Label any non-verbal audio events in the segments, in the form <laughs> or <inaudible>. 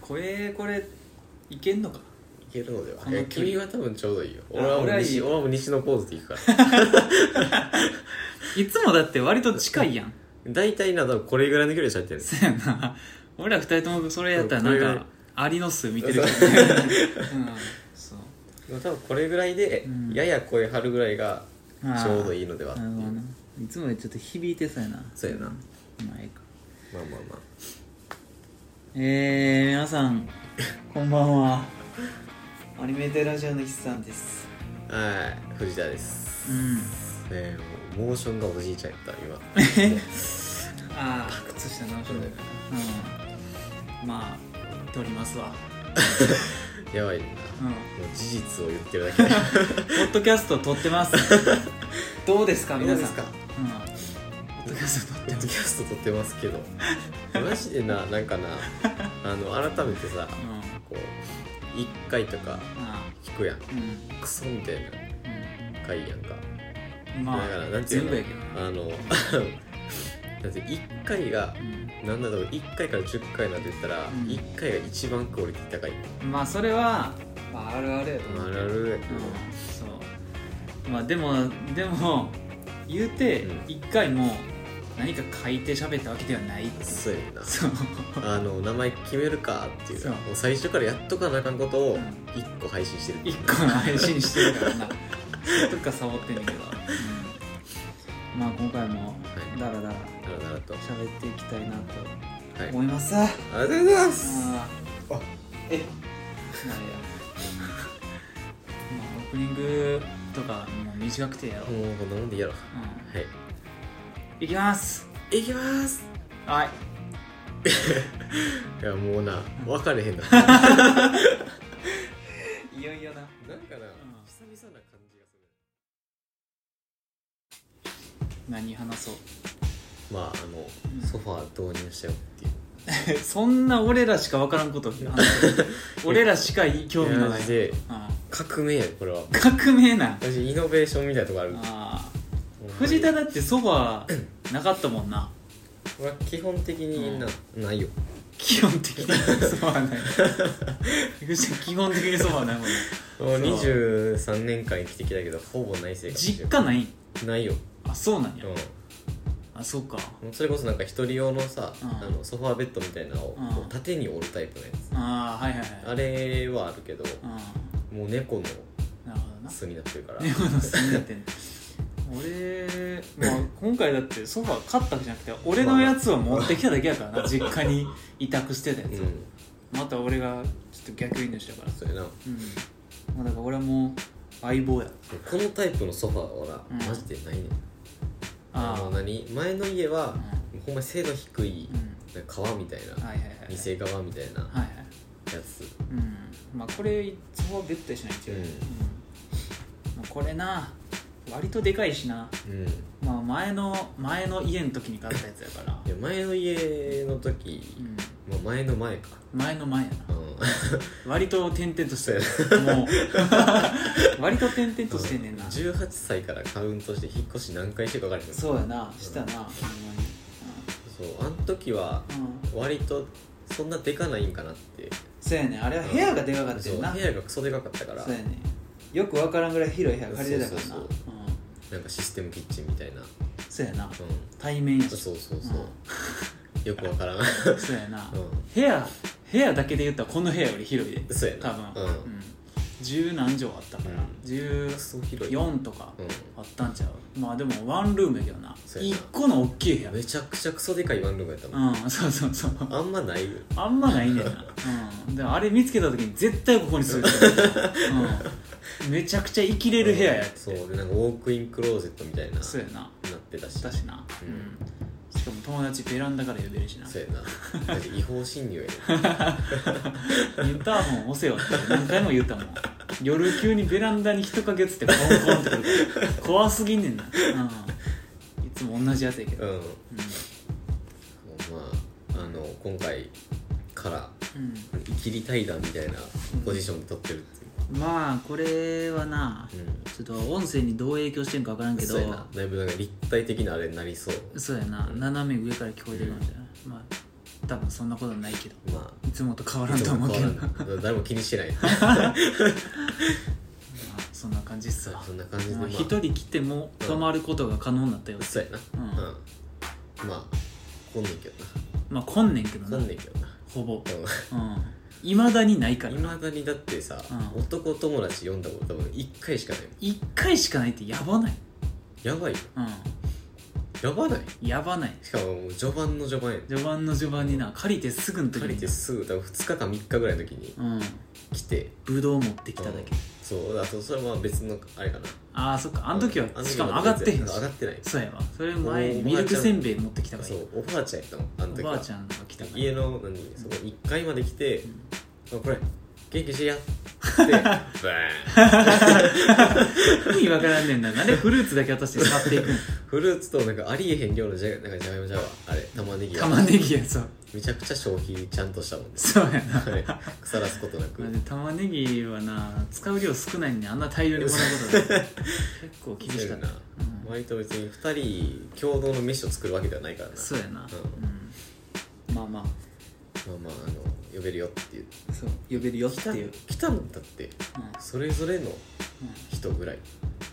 これこれいけんのかいけるのではこのいや木君は多分ちょうどいいよあ俺はもう俺はいい西俺はもう西のポーズでいく <laughs> からいつもだって割と近いやん <laughs> 大体な多分これぐらいの距離で喋ってるそうやな俺ら二人ともそれやったらそうこれぐならんいかアリの巣見てるからねうんそうでも多分これぐらいでうんやや声張るぐらいがちょうどいいのではっていなうるほどないつもよりちょっと響いてそうやなそうやなままあええかあまあまあえー、皆さんこんばんはアニメーターラジオの筆さんですはい、藤田です。うんえー、もうモーションがおじいちゃんやった、今。 <laughs> ああ靴下直しといたうんまあ撮りますわやばいな。うんもう事実を言ってる <laughs> だけ。ポッドキャスト撮って <laughs> ますどうですか皆さんどううんポッドキャスト撮っポてッまドキすャスト撮ってますけど。マジでな、なんかな、あの、改めてうさ、んあこう、一回とかあ聞くやん。うんクソみたいな回やんか。うんまだから、なあんてい全う部のやけどあの、 <laughs> だって一回が、なんだろう、一回から十回なんて言ったらう、ん一回が一番クオリティ高い。うんまあそれはまああるあるやと思うあるあるやうけどんそうまあでもでも言うてうん一回も何か書いて喋ったわけではないっていうそうやねんな。そうあの名前決めるかっていうそうもう最初からやっとかなあかんことうをん1個配信してるってい一う個の配信してるからなそれとかサボってんねんけど、うんまあ今回もいダラダラなるなるとはい喋っていきたいなとあり思いますあがとうございますああえなるやまあオープニングとかもう短くてやろう、もうこんなもんでいいやろはういん、いきますいきますはいいやもうな分 <laughs> かれへんななんかいよいよなな久々な感じがする何話そう <laughs> まああうんのソファー導入したよっていうそんな俺らしか分からんこと話 <laughs> す俺らしか興味のないマジであ革命やでこれはあ革命な私イノベーションみたいなとこあるああほんまに藤田だってソファーなかったもんな俺は基本的になないよ基本的にソファ <laughs> ーない藤田基本的にソファーないもんねもう23年間生きてきたけどほぼない生活し実てる家ないないよあそうなんやうんあそうかそれこそなんか一人用のさ、うんあのソファーベッドみたいなのをうんこう縦に折るタイプのやつ、ああはいはいはいあれはあるけどうんもう猫のなるほどな巣になってるから猫の住んでてんね <laughs> 俺、まあ、今回だってソファー買ったわけじゃなくて俺のやつを持ってきただけやからな実家に委託してたやうつを、んまた俺がちょっと逆輸入したからそうやなうん、まあ、だから俺はもう相棒やこのタイプのソファーはな、うんマジでないねんあのあ何前の家は、ほんま精度低いうんなんか川みたいな、はいはいはい偽川みたいなはいはいやつ、うんまあこれいつもベッドやしないっていう、うんまあこれな割とでかいしな、うん、いまあ、前の前の家の時に買ったやつやから、や前の家の時、うん、まあ、前の前か、前の前やなうん、割と点々としてる <laughs> もう割と点々としてんねんな18歳からカウントして引っ越し何回してるか分からへんそうやなしたなほんまそうあん時はにうんうん割とそんなでかないんかなってそうやねんあれは部屋がでかかったそうよな部屋がクソでかかったからそうやねんよくわからんぐらい広い部屋借りてたからなそううんそうなんかシステムキッチンみたいな、うん、そうやな対面やしそうそうそう、うよくわからん <laughs> うんんそうやな部屋部屋だけで言ったらこの部屋より広いでそうや多な分うん、うん十何畳あったからうん十クソ広い四とかうあったんちゃうまあでもワンルームやけどなそうや一な個の大きい部屋んめちゃくちゃクソでかいワンルームやったもん、うんそうそうそうあんまないよあんまないねんな、うん、でもあれ見つけた時に絶対ここにする、うん、めちゃくちゃ生きれる部屋やっうんて、そうでなんかウォークインクローゼットみたいななっそうやなてたしだしな、ううんん、しかも友達ベランダから呼べるしなそうやなだって違法侵入やでインターホン押せよって何回も言ったもん夜急にベランダに人影つってコンコンってくる怖すぎんねんな、うん、いつも同じやつやけど、うんうんまああの今回からうんイキリ対談みたいなポジションで撮ってるっていう、まあこれはなうんちょっと音声にどう影響してんか分からんけどそうやなだいぶなんか立体的なあれになりそうそうやなうん斜め上から聞こえてるかもしれない、まあ多分そんなことないけどまいつもと変わあらんと思うけど、いつ <laughs> もま変わらん誰も気にし <laughs> てないあ、そんな感じっすわそんな感じでままああ一人来ても泊まることが可能になったよそうやなうんうんまあ来んねんけどまあ来んねんけどなな来んねんけどなほぼうんいま、未だにないからいまだにだってさ、うん男友達読んだこと多分1回しかないもん1回しかないってやばないやばいようやばないんやばないしかももう序盤の序盤やん序盤の序盤にな借りてすぐの時借りてにすぐ多分2日か3日ぐらいの時にうん来てぶどう持ってきただうんけそうだそうそれは別のあれかなああそっかあの時はうんあのしかも上がってへんし上がってないそうやわそれ前におミルクせんべい持ってきたからそいうおばあちゃんやったもんあおの時はばあちゃんが来たから家の何そこ1階まで来てん「あこれ元気し <laughs> てや」ってバーン意味わからんねんななんでフルーツだけ渡して去っていくんフルーツとなんかありえへん量のじゃなんかじゃがいもじゃわあれ玉ねぎが玉ねぎやそうめちゃくちゃ消費ちゃんとしたもんですそうやなはい腐らすことなくまあで玉ねぎはな使う量少ないんであんな大量にもらうことがない結構厳しかったそうやな割と別に2人共同の飯を作るわけではないからなそうやな、うんまあまあまあまああの呼べるよっていうそう呼べるよっ来てたいう、来たのだってうんうんそれぞれの人ぐらい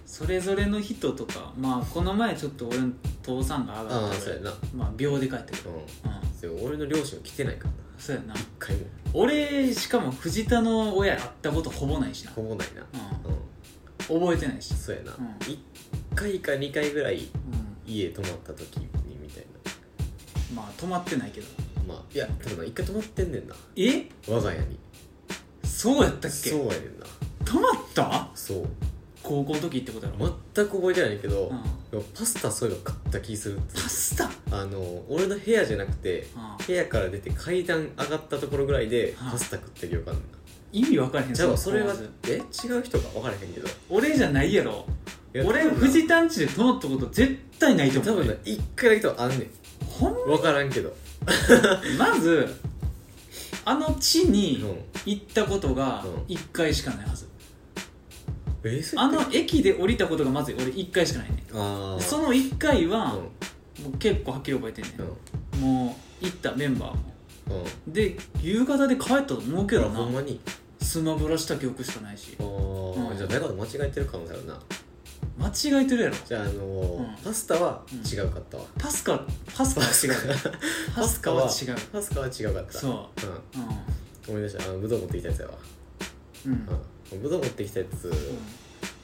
それぞれの人とかまあこの前ちょっと俺の父さんが上あがあっそうやなうまあ秒で帰ってくるんうんでも俺の両親は来てないからなそうやな一回も俺しかも藤田の親会ったことほぼないしな、ほぼないなううんん、覚えてないし、そうやなうん1回か2回ぐらいうん、家泊まった時にみたいまあ止まってないけどなまあいやでもな1回泊まってんねんなえ我が家にそうやったっけそうやねんな止まったそう高校の時ってことだろ、全く覚えてないねんけど、うん、パスタそういえば買った気するってパスタ、うん、あの俺の部屋じゃなくて部屋から出て階段上がったところぐらいではあパスタ食ってきようかんねんな意味分からへんじゃあのそれは構図え違う人か分からへんけど俺じゃないやろ俺富士藤田んちで止まったこと絶対ないと多思う分な一回だけとはあんねんほん分からんけどまずあの地うんに行ったことがうん1回しかないはず、えそれあの駅で降りたことがまず俺1回しかないねあーその1回は、うんもう結構はっきり覚えてんね、、うんもう行ったメンバーもんうんで夕方で帰ったと思うけどほんなまにスマブラした記憶しかないしあーうんじゃあ中で間違えてる可能性あるな間違えてるやろじゃああのーうんパスタは違うかったわパスカパスカは違うパスカは違う <laughs> パスタは違うかったそううんう思い出したあのぶどう持ってきたやつやわんうんうんぶどう持ってきたやつ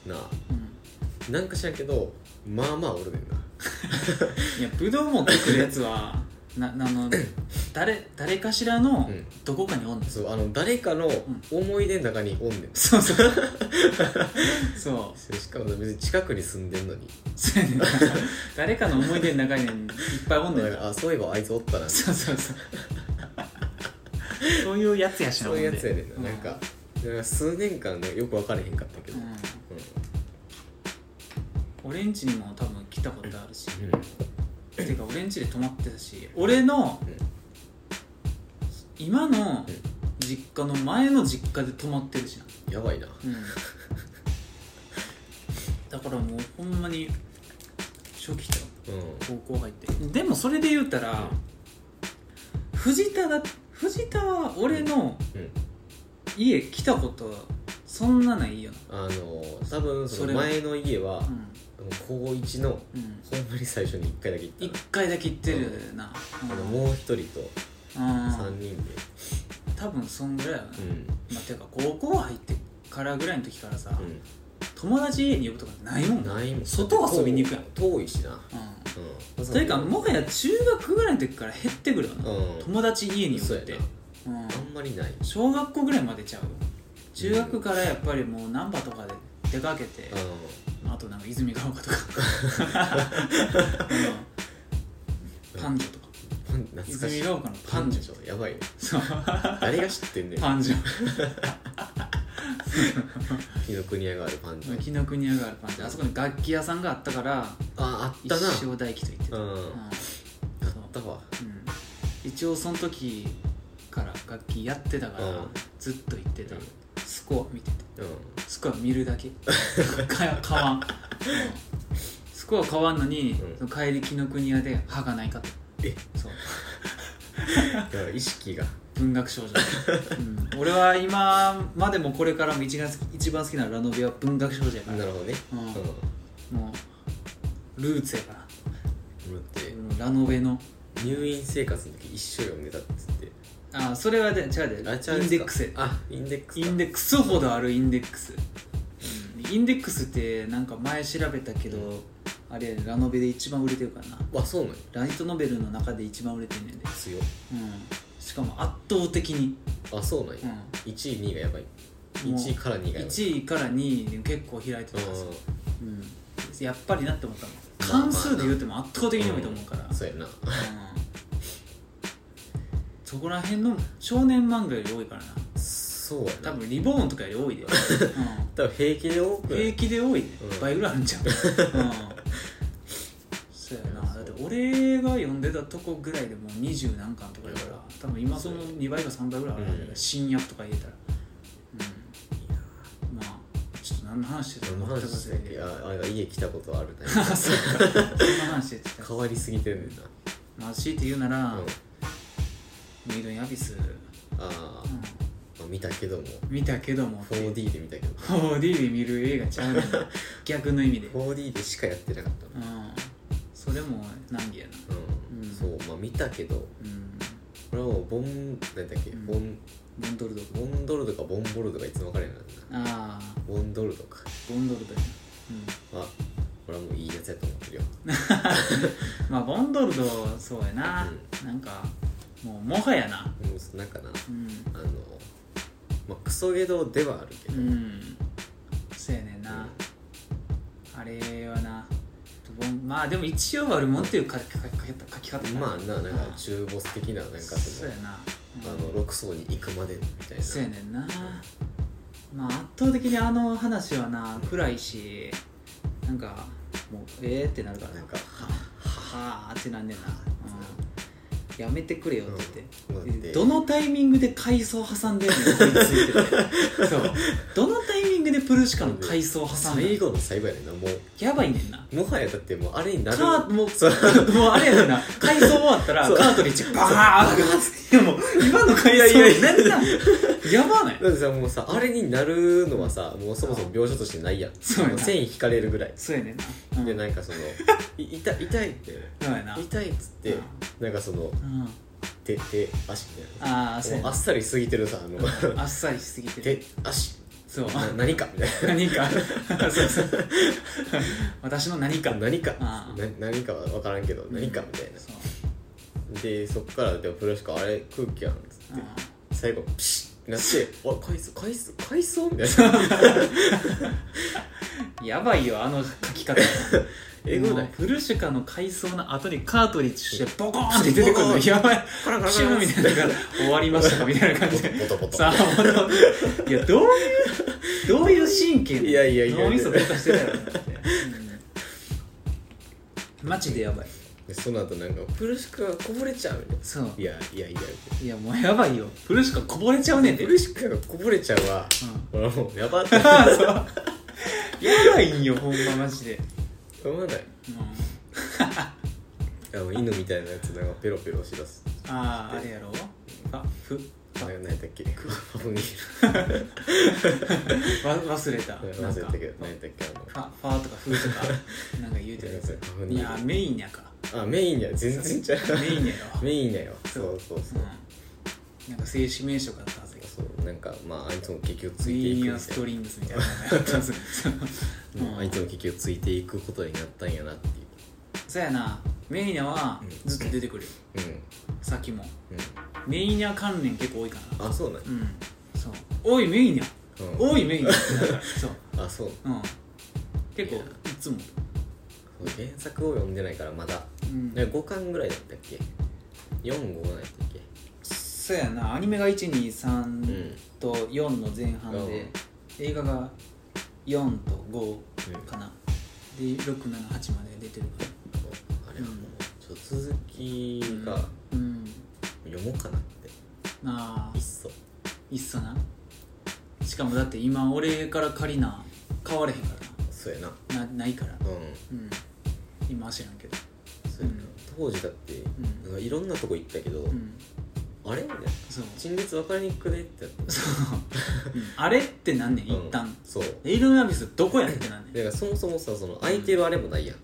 なうんなんか知らんけどまあまあおるねんないやぶどう持ってくるやつはななあの誰誰かしらのうんどこかにおんのそうあの誰かの思い出の中におんねん、そうそうそしかも別に近くに住んでんのにうそうやねんな誰かの思い出の中にいっぱいおんねんなあそういえばあいつおったなそうそうそうそういうやつやしなそういうやつやねんほんでななんかなんか数年間ねよく分からへんかったけうど、うんん俺んちにも多分来たことあるしうんてか俺んちで泊まってたし俺のうん今の実家の前の実家で泊まってるしなやばいなうんだからもうほんまに初期とう高校入ってでもそれで言ったら藤田だ藤田は俺のんうん家来たことそんなないよなあのー多分そそれのは前の家はうん高1のうんほんまに最初に1回だけ行っ一回だけ行ってるよなたなあのうんもう一人とう3ん人で多分そんぐらいやな、うんまあ、てか高校入ってからぐらいの時からさ、うん友達家に呼ぶとかないもんなないもん外遊びに行くやん遠いしなううんんというかもはや中学ぐらいの時から減ってくるわな、うん友達家に呼ぶっそうてやう、んなあ、んまりない小学校ぐらいまでちゃう中学からやっぱりもう難波とかで出かけて、うあとなんか泉ヶ丘 <laughs> とか、うん、パンジョとかん懐かし泉いヶ丘のパンジョョやばいねそう誰が知ってんね <laughs> んパンジョ紀の国屋があるパンジョ紀ノ国屋があるパンジョあそこに楽器屋さんがあったからああっ一たな生大輝と言ってた、うんうんあったわうん一応その時から楽器やってたから、うんずっと行ってた、うんスコア見てたうスコア見るだ <laughs> けか買わん、うんスコア買わんのに、うんその帰り紀ノ国屋で歯がないかとえそうから <laughs> 意識が文学少女、うん、俺は今までもこれからも一番好き一番好きなラノベは文学少女やからなるほどねうんもうルーツやからうんだってうんラノベの入院生活の時一緒読んでたっつってあそれはで違うでインあデ違うんすかックスやであインデックスインデックスほどあるインデックス、うんインデックスってなんか前調べたけど、あれやねラノベで一番売れてるからなあそうなんやライトノベルの中で一番売れてんねんで、強うん、しかも圧倒的に、あそうなんや、う1位2位がやばいん、もう1位から2位がやばい1位から2位で結構開いてたんですよ、うん、やっぱりなって思ったもん関数で言うても圧倒的に多いと思うから、うんそうやなうんそこら辺の少年漫画より多いからなそうやな多分リボーンとかより多 <laughs> いで、う多分平気で多くん、ない平気で多いね、うん倍ぐらいあるんちゃう、うん、そうやなだって俺が読んでたとこぐらいでもう二十何巻とかやから多分今その2倍か3倍ぐらいあるんだけど、うん新薬とか入れたらうんまあちょっと何の話してた俺の話忘したれったけけどああれが家来たことあるねあそっかそんな話して <laughs> た変わりすぎてるねんなまあ強いて言うなら、うんメイドインアビス、あうんーあ見たけども見たけども 4D で見たけど 4D で見る映画ち <laughs> ゃうねん逆の意味で、うん、 4D でしかやってなかったなそれも難儀やなうん、うんそうまあ見たけどうんこれはもうボン何だっけ、うんボンボンドルドボンドルとかボンボルとかいつも分かれへんなああボンドルとかボンドルドやなはこれはもういいやつやと思ってるようん、まあボンドルドそうやな、なんかもうもはやなでもなんかうなんあのまあクソゲドではあるけうど、んそうやねんな、あれはなボンまあでも一応悪者っていう書き書き書き方かなまあななんうかん中ボス的ななんかそそうのやな、うんあの6層に行くまでみたいなそうやねんなまあ圧倒的にあの話はな暗いしなんかもうえーってなるからなんかはあってなんねんな、うんやめてくれよって言って、うんでどのタイミングで階層挟んでんのこいつってそうどのタイミングでプルシカの階層挟んで最んの後の最後やねんなもうやばいねんなもはやだってもうあれになるカーもうそうもうあれやねんな階層終わったらそうカートリッジバーンってもう今の階層いやいなやんなんやばないだってさもうさあれになるのはさもうそもそも描写としてないやんそうやなも線引かれるぐらいそうやねんな、うんでなんかそのい痛い痛いってそうやな痛いっつってうんなんかそのうん手手足みたいああそうなやもうあなっさりすぎてるさあのあっさりしすぎてる手足そうな何かみたい何か <laughs> そうそう私の何かな何かああな何かは分からんけど何かみたいなそうでそっからでもプロシカあれ空気やんっつって最後ピシッなって「おい海藻海藻海藻?」みたいなうんやばいよあの書き <laughs> 方えぐないもうフルシュカの階層の後にカートリッジしてボコーンって出てくるのボコーンやば <laughs> いパラパラパラプシューみたいなのが終わりましたかみたいな感じでボトボトさあほんといやどういうどういう神経いやいやいやいや脳みそどうかしてたよなってうんマジでやばいでその後なんか「プロシカがこぼれちゃう」みたいなそういやいやいやいやもうやばいよプルシカこぼれちゃうねんでプロシカがこぼれちゃうはう俺はもうやば <laughs> ってやばいんよほんまマジで、思わないあの犬みたいなやつなんかペロペロしだすあああれやろあふなんか何だっけパフにわ忘れたなんか忘れたけど何だっけあのファファーとかフー <laughs> とかなんか言うてるやつうんいやメインやかあメインや全然ちゃうメインやろメインやよそそううそうそうう、んなんか正式名称があったはずよそうなんかまああいつも結局つツイいていくみニたいアストリングスみたいなのがあったはずうな、うんん、あいつも結局ついていくことになったんやなってい <laughs> そうやなメイニャはうんずっと出てくるよううんさっきもうメイニャ関連結構多いかなんあそうなんやうんそうおいメイニャうんおいメイニャってなるそうあそううん結構いつも原作を読んでないからまだうん5巻ぐらいだったっけ45ぐらいだったっけそうやなアニメがう123んと4の前半で、映画が4と5かな、で678まで出てるかあれはもうちょっと続きらがうん読もうかなってああいっそいっそなしかもだって今俺から借りな買われへんかそうやならななないからうんうん今は知らんけどそうやな当時だってんなんかいろんなとこ行ったけどうんあれみたいなそう陳列分かりにくくねってな <laughs> ってそう、 <laughs> うんあれってなんねん一旦、うんそうエイドナビスどこやねんってなんねだからそもそもさその相手はあれもないやん、ん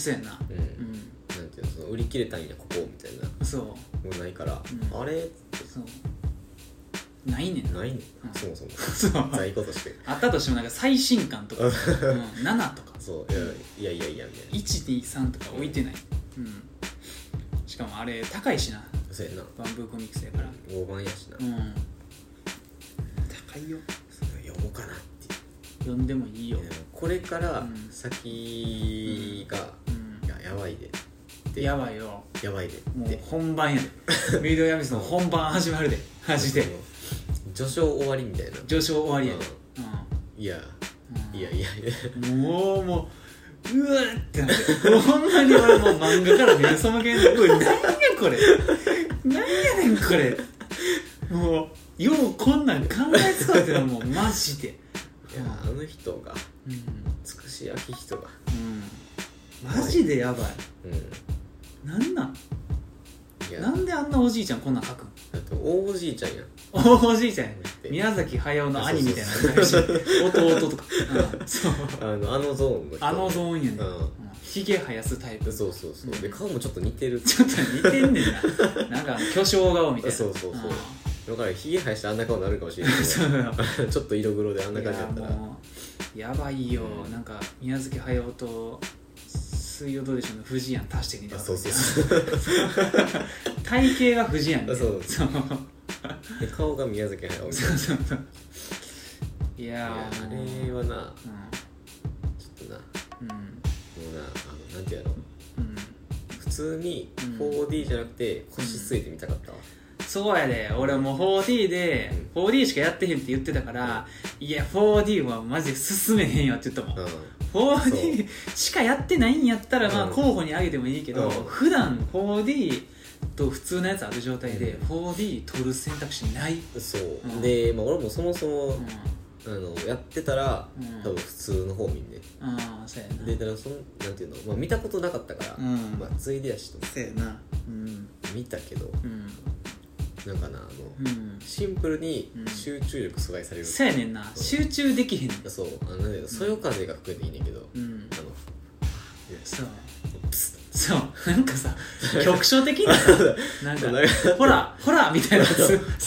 そうやなうんうんなんていうのその売り切れたんやここみたいなそもうないから、うんあれうそうないねんなないね、うんそもそもそう在庫としてあったとしてもなんか最新感とか、うん、7とかそういやいやいやいやみたい123とか置いてない、うん、しかもあれ高いしななそうやなバンブーコミックスやから大盤やしな、うん高いよそれ読もうかなっていう呼んでもいいよいやこれからうん先が、うんいややばいででやばいよやばいでもでう本番やで <laughs> メイドヤミスの本番始まるでマジで序章終わりみたいな上昇終わりやでいやうんい <laughs> やいやいやうんもうもううわーってなってほんまに俺もう漫画から目覚まけんのうわ何やこれ何やねんこれもうようこんなん考えつかってなもうマジでいやあの人がうん、つくし秋人がうん、マジでやばいうんなんなんいやなんであんなおじいちゃんこんなん書くんだって大おじいちゃんやんおじいちゃんや宮崎駿の兄みたいな感じそう弟とか、うんそうあのあのゾーンの人あのゾーンやね、うんうんひげ生やすタイプそうそうそう、うんで顔もちょっと似て <laughs> るちょっと似てんねんななんか巨匠顔みたいなそうそうそうんだからひげ生やしてあんな顔になるかも <laughs> しれないそうけどちょっと色黒であんない感じだやったらもうやばいよ、うんなんか宮崎駿と水曜どうでしょうの藤井庵足してみたあいなそうそうそう体型が藤井庵みたいなそうそうで顔が宮崎駿みたいそなうそうそういいややーあれはなちょっとなもうんうんうなあのなんていうのうん普通にうん 4D じゃなくて腰ついてみたかったわ、そうやで俺もう 4D で、4D しかやってへんって言ってたから、いや 4D はマジで進めへんよって言ったもん、うん 4D しかやってないんやったらまあうん候補にあげてもいいけど、うん普段 4D と普通のやつある状態で 4D 取る選択肢ない、そう、うんで、まあ、俺もそもそも、うんあのやってたら、うん多分普通の方見んねああそうやなでだからそのなんていうの、まあ、見たことなかったから、うんまあついでやしと思っそうやなうんて見たけどうんなんかなあの、うんシンプルにうん集中力阻害される、そうやねんな集中できへんねんそうあのなんだけどそよ風が吹くでいいねんけど、うんあのそうプスそう <laughs> なんかさ局所的な <laughs> さなんかなんかほらほらみたい <laughs> なやつ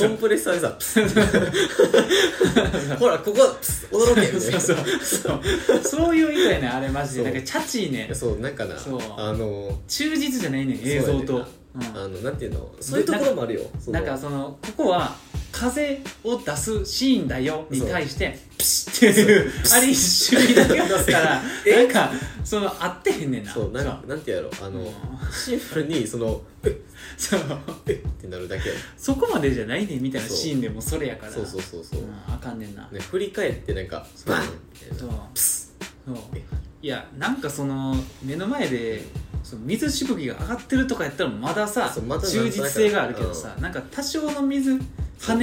ッ <laughs> コンプレッサーで <laughs> さプスッほらここプスッ驚けみたいそうなそうそうそういう意味やねんあれマジでそなうんかチャチーねんそうなんかなそうあの忠実じゃないねん映像そうとやねうんんなあのなんていうのそういうところもあるよそのなんかそのここは風を出すシーンだよに対してピシッっていう <laughs> あれ一種類だけを出すから <laughs> なんかその合ってへんねんなそうなんなんていうやろあの、うんシンプルにその「うっそうえっ」ってなるだけそこまでじゃないねんみたいなシーンでもそれやからそうそうそうそう、うんあかんねんなね、振り返ってなんかそうバンみたいそうなプスそういやなんかその目の前でその水しぶきが上がってるとかやったらまださそうまだなんとな忠く実性があるけどさなんか多少の水羽ッな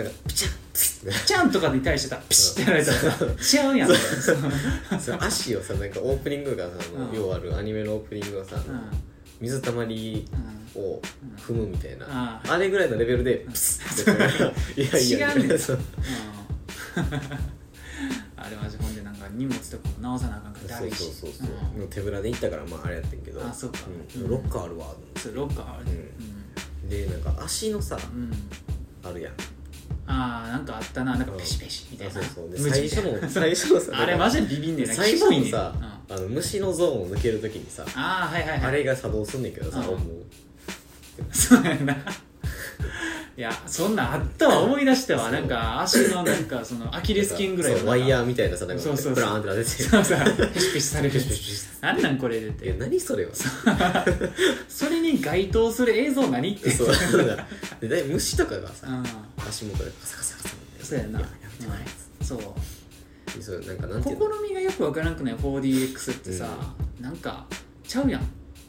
んかピチャップスッちゃんとかに対してさピシッってやられたらさ違うやんそう <laughs> その足をさなんかオープニングがさ、あのうんようあるアニメのオープニングがさ、うんうん水たまりを踏むみたいな、あーあれぐら <laughs> いのレベルでプスッっていやいや違うねん <laughs> そうあれマジほんでなんか荷物とかも直さなあかんからだそうるいそうしそうそう、もう手ぶらで行ったからまああれやってんけどあそうかんロッカーあるわと思うんそうロッカーあるねってでなんか足のさうん、うんあるやんああなんかあったななんかペシペシみたいなそうそうで無知最み初たいなの最初のさ <laughs> あれマジでビビんねんな最キモ初いのねんさうん、あの虫のゾーンを抜けるときにさああはいはいはいあれが作動すんねんけどさ、うんもうそうやな。いや、そんなんあったわ、思い出したわ。なんか、足のなんか、その、アキレス腱ぐらいそうワイヤー。ーみたいなさなんかそうそうそうブラーンってなっててそうさ、ペシペシされるペやシペシつ。ペシなんなんこれでっいやて。何それはそそれに該当する映像何って。うなんかでだい虫とかがうさん。足元でカサカサカサみたいそうやな。いややめてもらえうんそう。でそうなんかなんて試いうのみがよくわからなくない 4DX ってさ、なんか、ちゃうやん。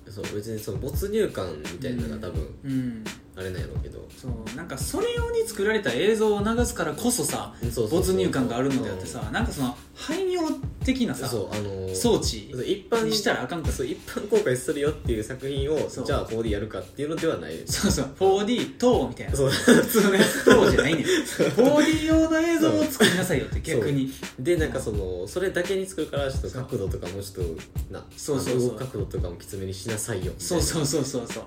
そう別にその没入感みたいなのが多分うん。あれなんやろうけどそうなんかそれ用に作られた映像を流すからこそさそうそうそう没入感があるのであってさなんかその排尿的なうんさそうあのー装置そう一般にしたらあかんからそう一般公開するよっていう作品をそうじゃあ 4D やるかっていうのではないそうそう 4D 等みたいなそう普通のやつ等じゃないねん 4D 用の映像を作りなさいよって逆にでなんかそのそれだけに作るからちょっと角度とかもちょっとなそうそうそう動く角度とかもきつめにしなさいよみたそいなうそうそうそうそう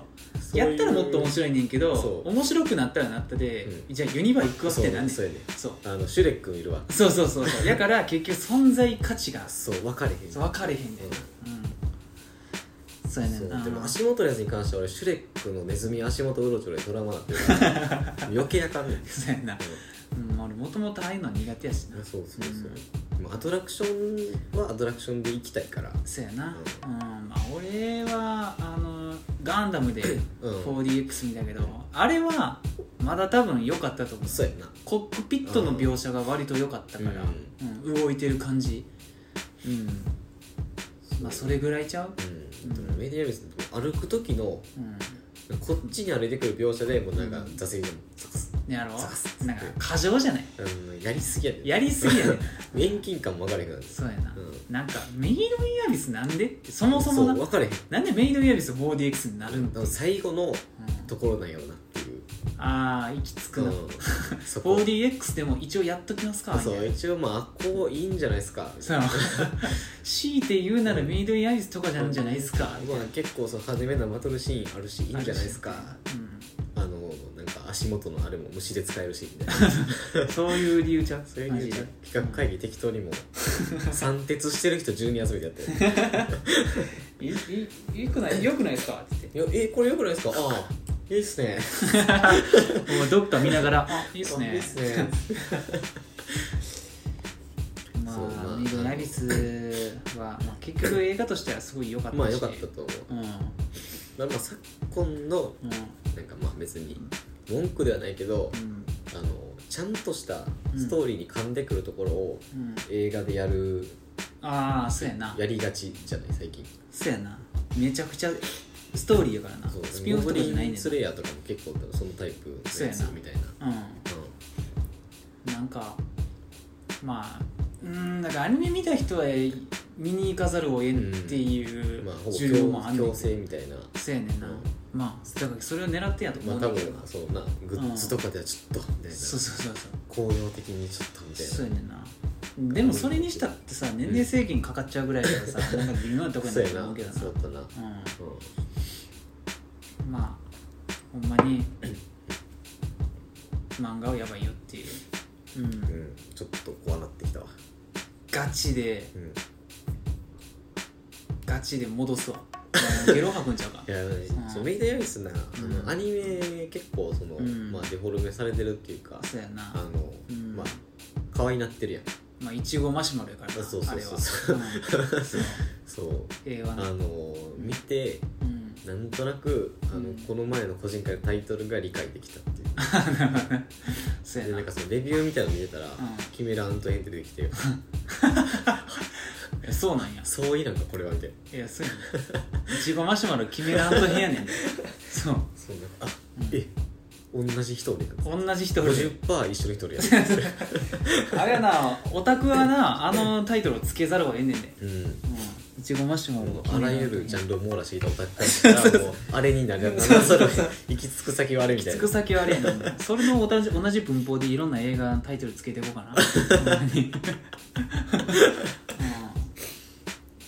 そういうやったらもっと面白いねんけどそう面白くなったらなったで、うじゃあユニバ行くわってなんねんそうそうやねそうあのシュレックもいるわそうそうそうそうだから結局存在価値がそう分かれへんそう分かれへんだよ、うん、そうやねそんうなでも足元のやつに関しては俺シュレックのネズミ足元うろちょろでドラマ <laughs> なってるから余計あかんねんそうやな、うん、俺もともとああいうの苦手やしなそうそうそう、まあアトラクションはアトラクションで行きたいからそうやな、うんまあ、俺はあのガンダムでうん 4DX 見たけど、あれはまだ多分良かったと思うそうやなコックピットの描写が割と良かったから、うん動いてる感じうんまあそれぐらいちゃううんでもメディアミス歩く時のうんこっちに歩いてくる描写でもうなんか座席でもザクッねやろザクッなんか過剰じゃないあのやりすぎやねんやりすぎやねん遠近感も分かれへんからねそうやな、うなんかメイド・イン・アビスなんでってそもそもそうな分かれへんなんでメイド・イン・アビス 4DX になるの、あの最後のうんところなんやろなっていうああ行き着くな、うん <laughs> そこ 4DX でも一応やっときますかみたいそなう一応まあこういいんじゃないですかそう強いて言うならメイド・イン・アビスとかじゃんじゃないですかみたいまあな結構その派手めなバトルシーンあるしいいんじゃないですかあのなんか足元のあれも虫で使えるしみたいなうん、そういう理由ちゃうそういう理由でマジで企画会議適当にも三鉄してる人10人集めてやっていいいよくないよくないですかっていやえこれよくないですかああいいっすね言ってもうドクター見ながら「あいいっすあねいいっすねまそうまああメイド・イン・アビスは、まあ、結局映画としてはすごい良かったしまあよかったと思ううんうんまあまあ昨今のなんかまあ別に文句ではないけどうんあのちゃんとしたストーリーに噛んでくるところをうん映画でやるああそうやなやりがちじゃない最近そうやなめちゃくちゃストーリーやからなそうスピンオフとかじゃないねモブリンんスなレイヤーとかも結構そのタイプのやつそうやなみたいなううんなんかまあうんなんかアニメ見た人は見に行かざるを得んっていううんまあほぼ需要もあんね強ん強制みたいなそうやねんな、うんまあだからそれを狙ってやとま思あう多ねんだけど分な、そうなグッズとかではちょっとみたいなそうそうそうそ工業的にちょっとみうたいなそうやねんなでもそれにしたってさ年齢制限かかっちゃうぐらいだからさ、なんか微妙なとこやそうなやと思うけどななそうやったなうんうんまあほんまに漫画をやばいよっていう、うんうんちょっと怖なってきたわガチでうんいガチで戻 <laughs> すわあのゲロ吐くんちゃうかやんそうメイドヤミスなあうんのアニメ結構そのうんまあデフォルメされてるっていうかそうやなあのうんまあ可愛いなってるやんまあいちごマシュマロやからなそうそうそうそうあれ <laughs> は、うん、そうそう平和あな、の見てうん、 <laughs> なんとなくあの、うんこの前の個人会のタイトルが理解できたっていうそうやでななんかそのレビューみたいなの見てたら、キメラアントヘンって出てきてえそうなんやそういなんかこれはみたいないやそうや <laughs> ないちごマシュマロ決めらんと部やねんでそうそうなんかあ、うんえ同じ人おるやん同じ人おるで50%一緒の人 <laughs> おるやんあれやなオタクはなあのタイトルをつけざるを得んねんでうんうんいちごマシュマロも決うあめららんと部屋ゆるジャンルを網羅していたオタクからしたらもうあれになるや <laughs> つだなそれ行き着く先はあれみたいつなく先はあれやねんなそれの同じ同じ文法でいろんな映画のタイトルつけていこうか <laughs> なほんまにう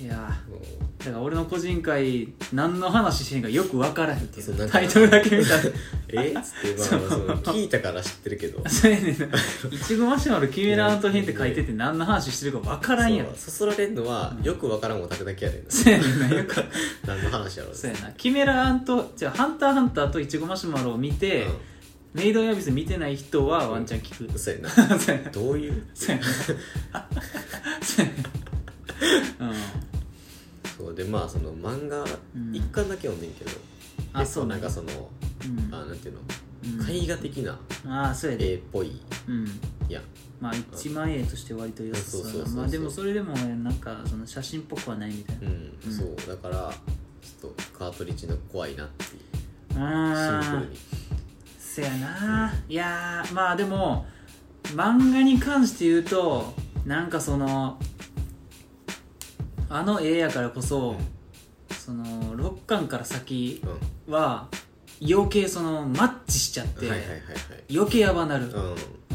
んいやもうだから俺の個人会何の話してんかよく分からへんっていそうなうんかタイトルだけ見たら <laughs> えっつってまあその聞いたから知ってるけどそうやねんないちごマシュマロキメラアント編って書いてて何の話してるか分からんやろそうそそられんのは、よくわからんオタクだけやでなそうやねんなよく何の話やろそうやなキメラアントじゃあハンターハンターといちごマシュマロを見て、メイドインアビス見てない人はワンチャン聞うんくそうやなそうや <laughs> などういうそうやなそうやなうんそうでまあその漫画うん一巻だけ読んでんけど、あ結そ構うななんんかだその、うんあなんていうの、うん絵画的なああそうやで、絵っぽいうんやんまあ1万円として割と良さそうなそうそうそうそうまあでもそれでもなんかその写真っぽくはないみたいなうん、うんそうだからちょっとカートリッジの怖いなってういうシンプールんにせやないやーまあでも漫画に関して言うとなんかそのあの絵やからこそその6巻から先うんは余計そのマッチしちゃって、はいはいはい余計やばなる、はいう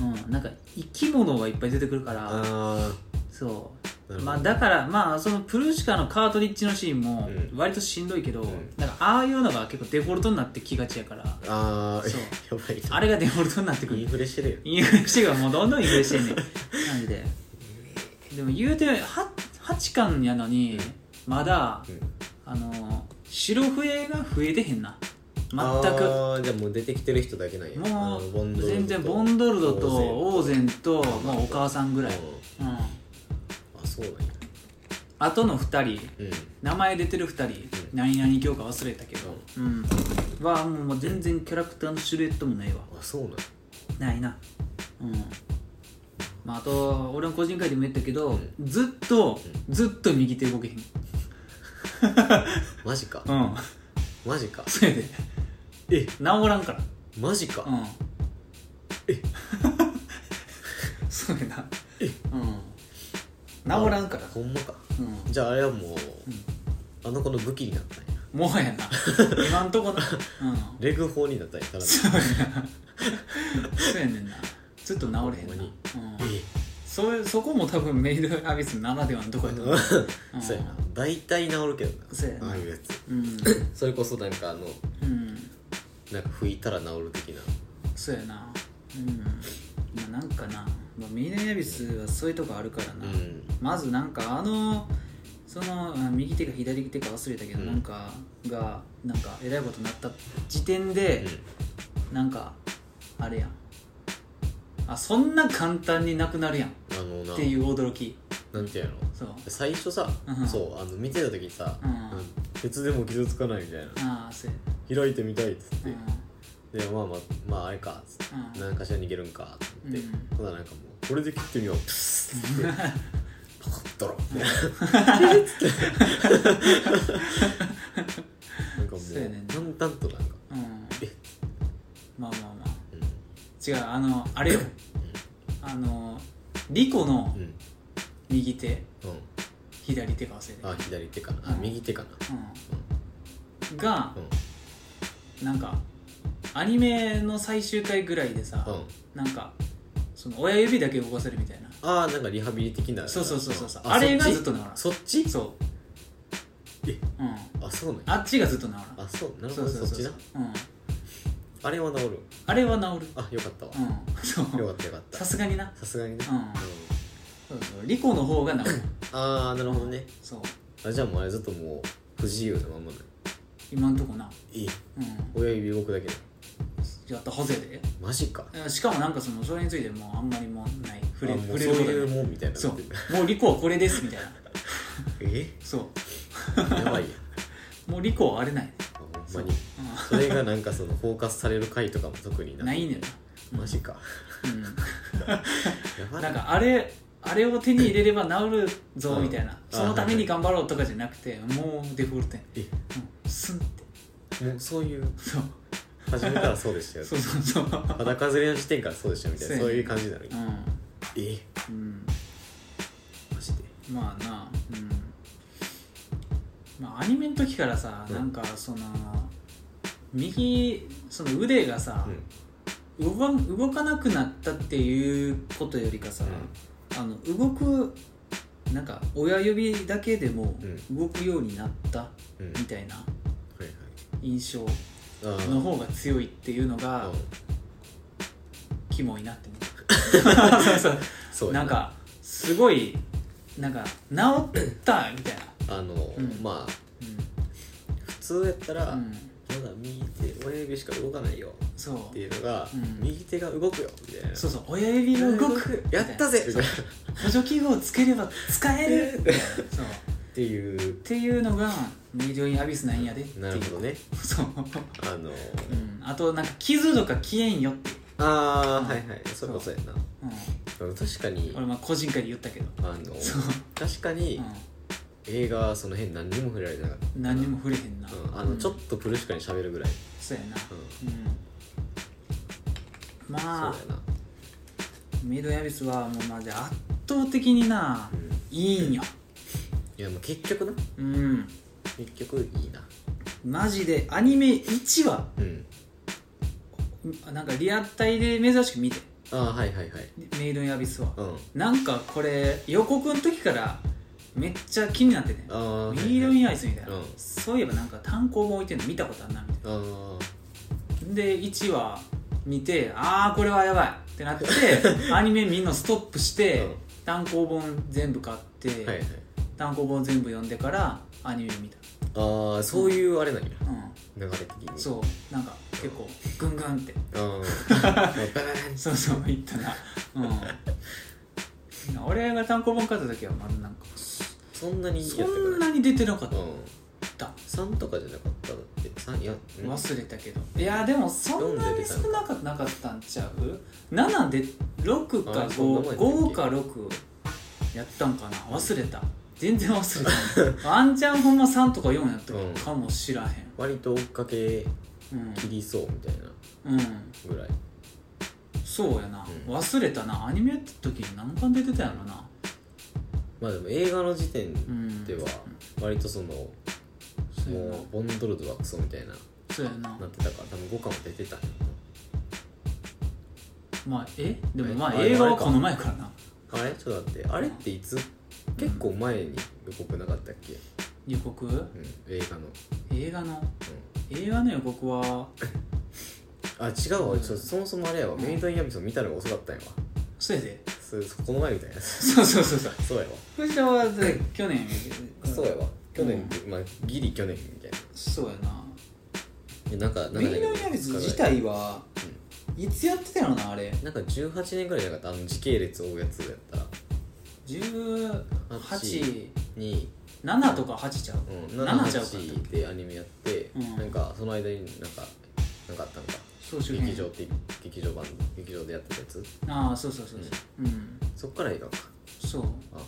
んうん、なんか生き物がいっぱい出てくるから、あそあうなるほどまあだからまあそのプルシカのカートリッジのシーンもうん割としんどいけど、んなんかああいうのが結構デフォルトになってきがちやからあそうー <laughs> やばいなあれがデフォルトになってくインるフレしてるよインフレしてるからもうどんどんインフレしてんねんマジででも言うて 8, 八巻やのにうんまだ、うんあの白笛が増えてへんな全くあーじゃあもう出てきてる人だけなんやもあのボンうドルドと全然ボンドルドとオオーゼンとーゼンまあお母さんぐらい、ううん、んあそうなんやあとの2人うん名前出てる2人、何々教科忘れたけど、うんはもう全然キャラクターのシルエットもないわあそうなんやないなうんまあ、あと俺の個人会でも言ったけど、うんずっと、ずっと右手動けへんマジかうん <laughs> マジかそれでえ治らんからマジかうんえ <laughs> そうやなえうん治らんからほんまかうじゃああれはうもうんあの子の武器になったんやんもはや <laughs> な今んとこなうんレグ砲になったんやただのそうやなそうやねんなちょっと治れへんなほんまにうん、えそれそこも多分メイドアビスならではのとこやと思う、うん、 <laughs> そうやな大体治るけどなそうやなああいうやつうん、それこそなんかあのうん、なんか吹いたら治る的なそうやなうんまあなんかな、まあ、メイドアビスはそういうとこあるからうな、んまずなんかあのそのあ右手か左手か忘れたけど、うんなんかがなんかえらいことになった時点で、なんかあれやんあそんな簡単になくなるやんっあのなていう驚きなんていうのそう最初さうんそうあの見てた時さうん鉄でも傷つかないみたいなああそうや開いてみたいっつっうてんでまあまあまああれかっつってうん何かしら逃げるんかっつってうんほななんかもうこれで切って <laughs> みようプスッってパカッドロッみたいな <laughs> なんかもそうやねんなう淡々となんかうんえまあまあまあうん違うあのあれよあのリコのうん右手うん左手か忘れてあ左手かなあうん右手かなうんがうんなんかアニメの最終回ぐらいでさ、うんなんかその親指だけ動かせるみたいなああなんかリハビリ的なそうそうそうそうそうんあれがそちずっとならそっちそうえうんあそうなんやあっちがずっと治らんあそうなるほそうどそそうっそうちそう、なうん、あれは治るあれは治るあよかったわうんそうよかったよかっさたすがになさすがにねうんそうそうリコの方が治るああなるほどねそうあじゃあもうあれずっともう不自由なまんまだ今んとこないういん親指動くだけだやったはずやでマジかえしかもなんかそのそれについてもうあんまりもうない触れあも触うれそうるこというないもんみたいなそうもうリコはこれですみたいなえそやばいやうもうリコはあれない、あほんまにうんそれがなんかその包括される回とかも特にないねんな、マジかやうばん、いなんかあれあれを手に入れれば治るぞみたいな、うんそのために頑張ろうとかじゃなくてもうデフォルトやん、えうん、スンってもうそういうそう初めからそうでしたよそうそうそう裸ずれの時点からそうでしたみたいなそそうやうねいう感じになるうえん、うん、マジでまあなうんまあアニメの時からさうんなんかその右その腕がさ、動か動かなくなったっていうことよりかさ、あの動くなんか親指だけでもう動くようになったうんうんみたいなはいはい印象あーの方が強いっていうのあがーキモいなって思ったそうそうそうやなんかすごいなんか治ったみたいな、あの、んまあう普通やったら、んうまん、だ右手親指しか動かないよそうっていうのが、うん右手が動くよみたいなそうそう親指が動くやったぜみたみたいいななそうっ補助器具をつければ使えるみたい <laughs> なそうっていうていうのがメイドインアビスなんやでっていうなるほどねそう、あのうん、あとなんか傷とか消えんよっていう、ああ、うんはいはいそれこそやなう確かにん、俺まあ個人会で言ったけど、あのそう、確かにう映画はその辺何にも触れられてなかっん、何にも触れへんな、た、うん、あのちょっととプルシカに喋るぐらい、そうやなうんうんまあそうやなメイドヤビスはもうマジで圧倒的になうんいいんよいやもう結局なうん結局いいなマジでアニメ1話うんなんかリアタイで珍しく見てああはいはいはいメイドインアビスはうんなんかこれ予告の時からめっちゃ気になっててああメイドインアビスみたいな、うんそういえばなんか単行本置いてるの見たことあんなみたいあなで1話見てああこれはやばいって <laughs> なってアニメみんなストップして、うん単行本全部買って、あはいはい単行本全部読んでからアニメ見たああそういうあれなんやう流れ的にんそうなんか結構グングンってうんババーンそうそう言ったな <laughs> うん俺が単行本買った時はまだなんかそんなにやってそたかんらなに出てなかっうんた、 3とかじゃなかっただって3いやうん忘れたけどいやでもそんなに少なかなかったんちゃう7で6かあそんなもんやったっけ55か6やったんかな忘れた全然忘 <laughs> れたあんちゃんほんま3とか4やったかもしらへん割と追っかけうん、切りそうみたいなうん、ぐらいそうやな、うん忘れたなアニメやった時に何巻出てたんやろなまあでも映画の時点うんでは割とそのもそうやなうボンドルドはクソみたいなそうやななってたから多分5巻も出てたんやまあえでもえまああ映画はあれかこの前からななあれちょっと待ってあれっていつ結構前に予告なかったっけ、予告うん、映画の、映画の映画の予告はうん、あ違うわ、ちょそもそもあれやわ、メイドインヤビスを見たのが遅かったんやわそうやでそそこの前みたいな <laughs> そうそうそうそうそうやわ藤田はで去年そうやわ去年、まあギリ去年みたいなそうやなでなんかなんかメイドインアビス自体はいつやってたのなあれなんか18年ぐらいじゃなかったあの時系列を追うやつやったら187 2とか8ちゃううん、 7ちゃうかったっ78でアニメやって、うんなんかその間になんかなんかあったのか総集劇編場って劇場版劇場でやってたやつああそうそうそうそううんそっから映画かそうあ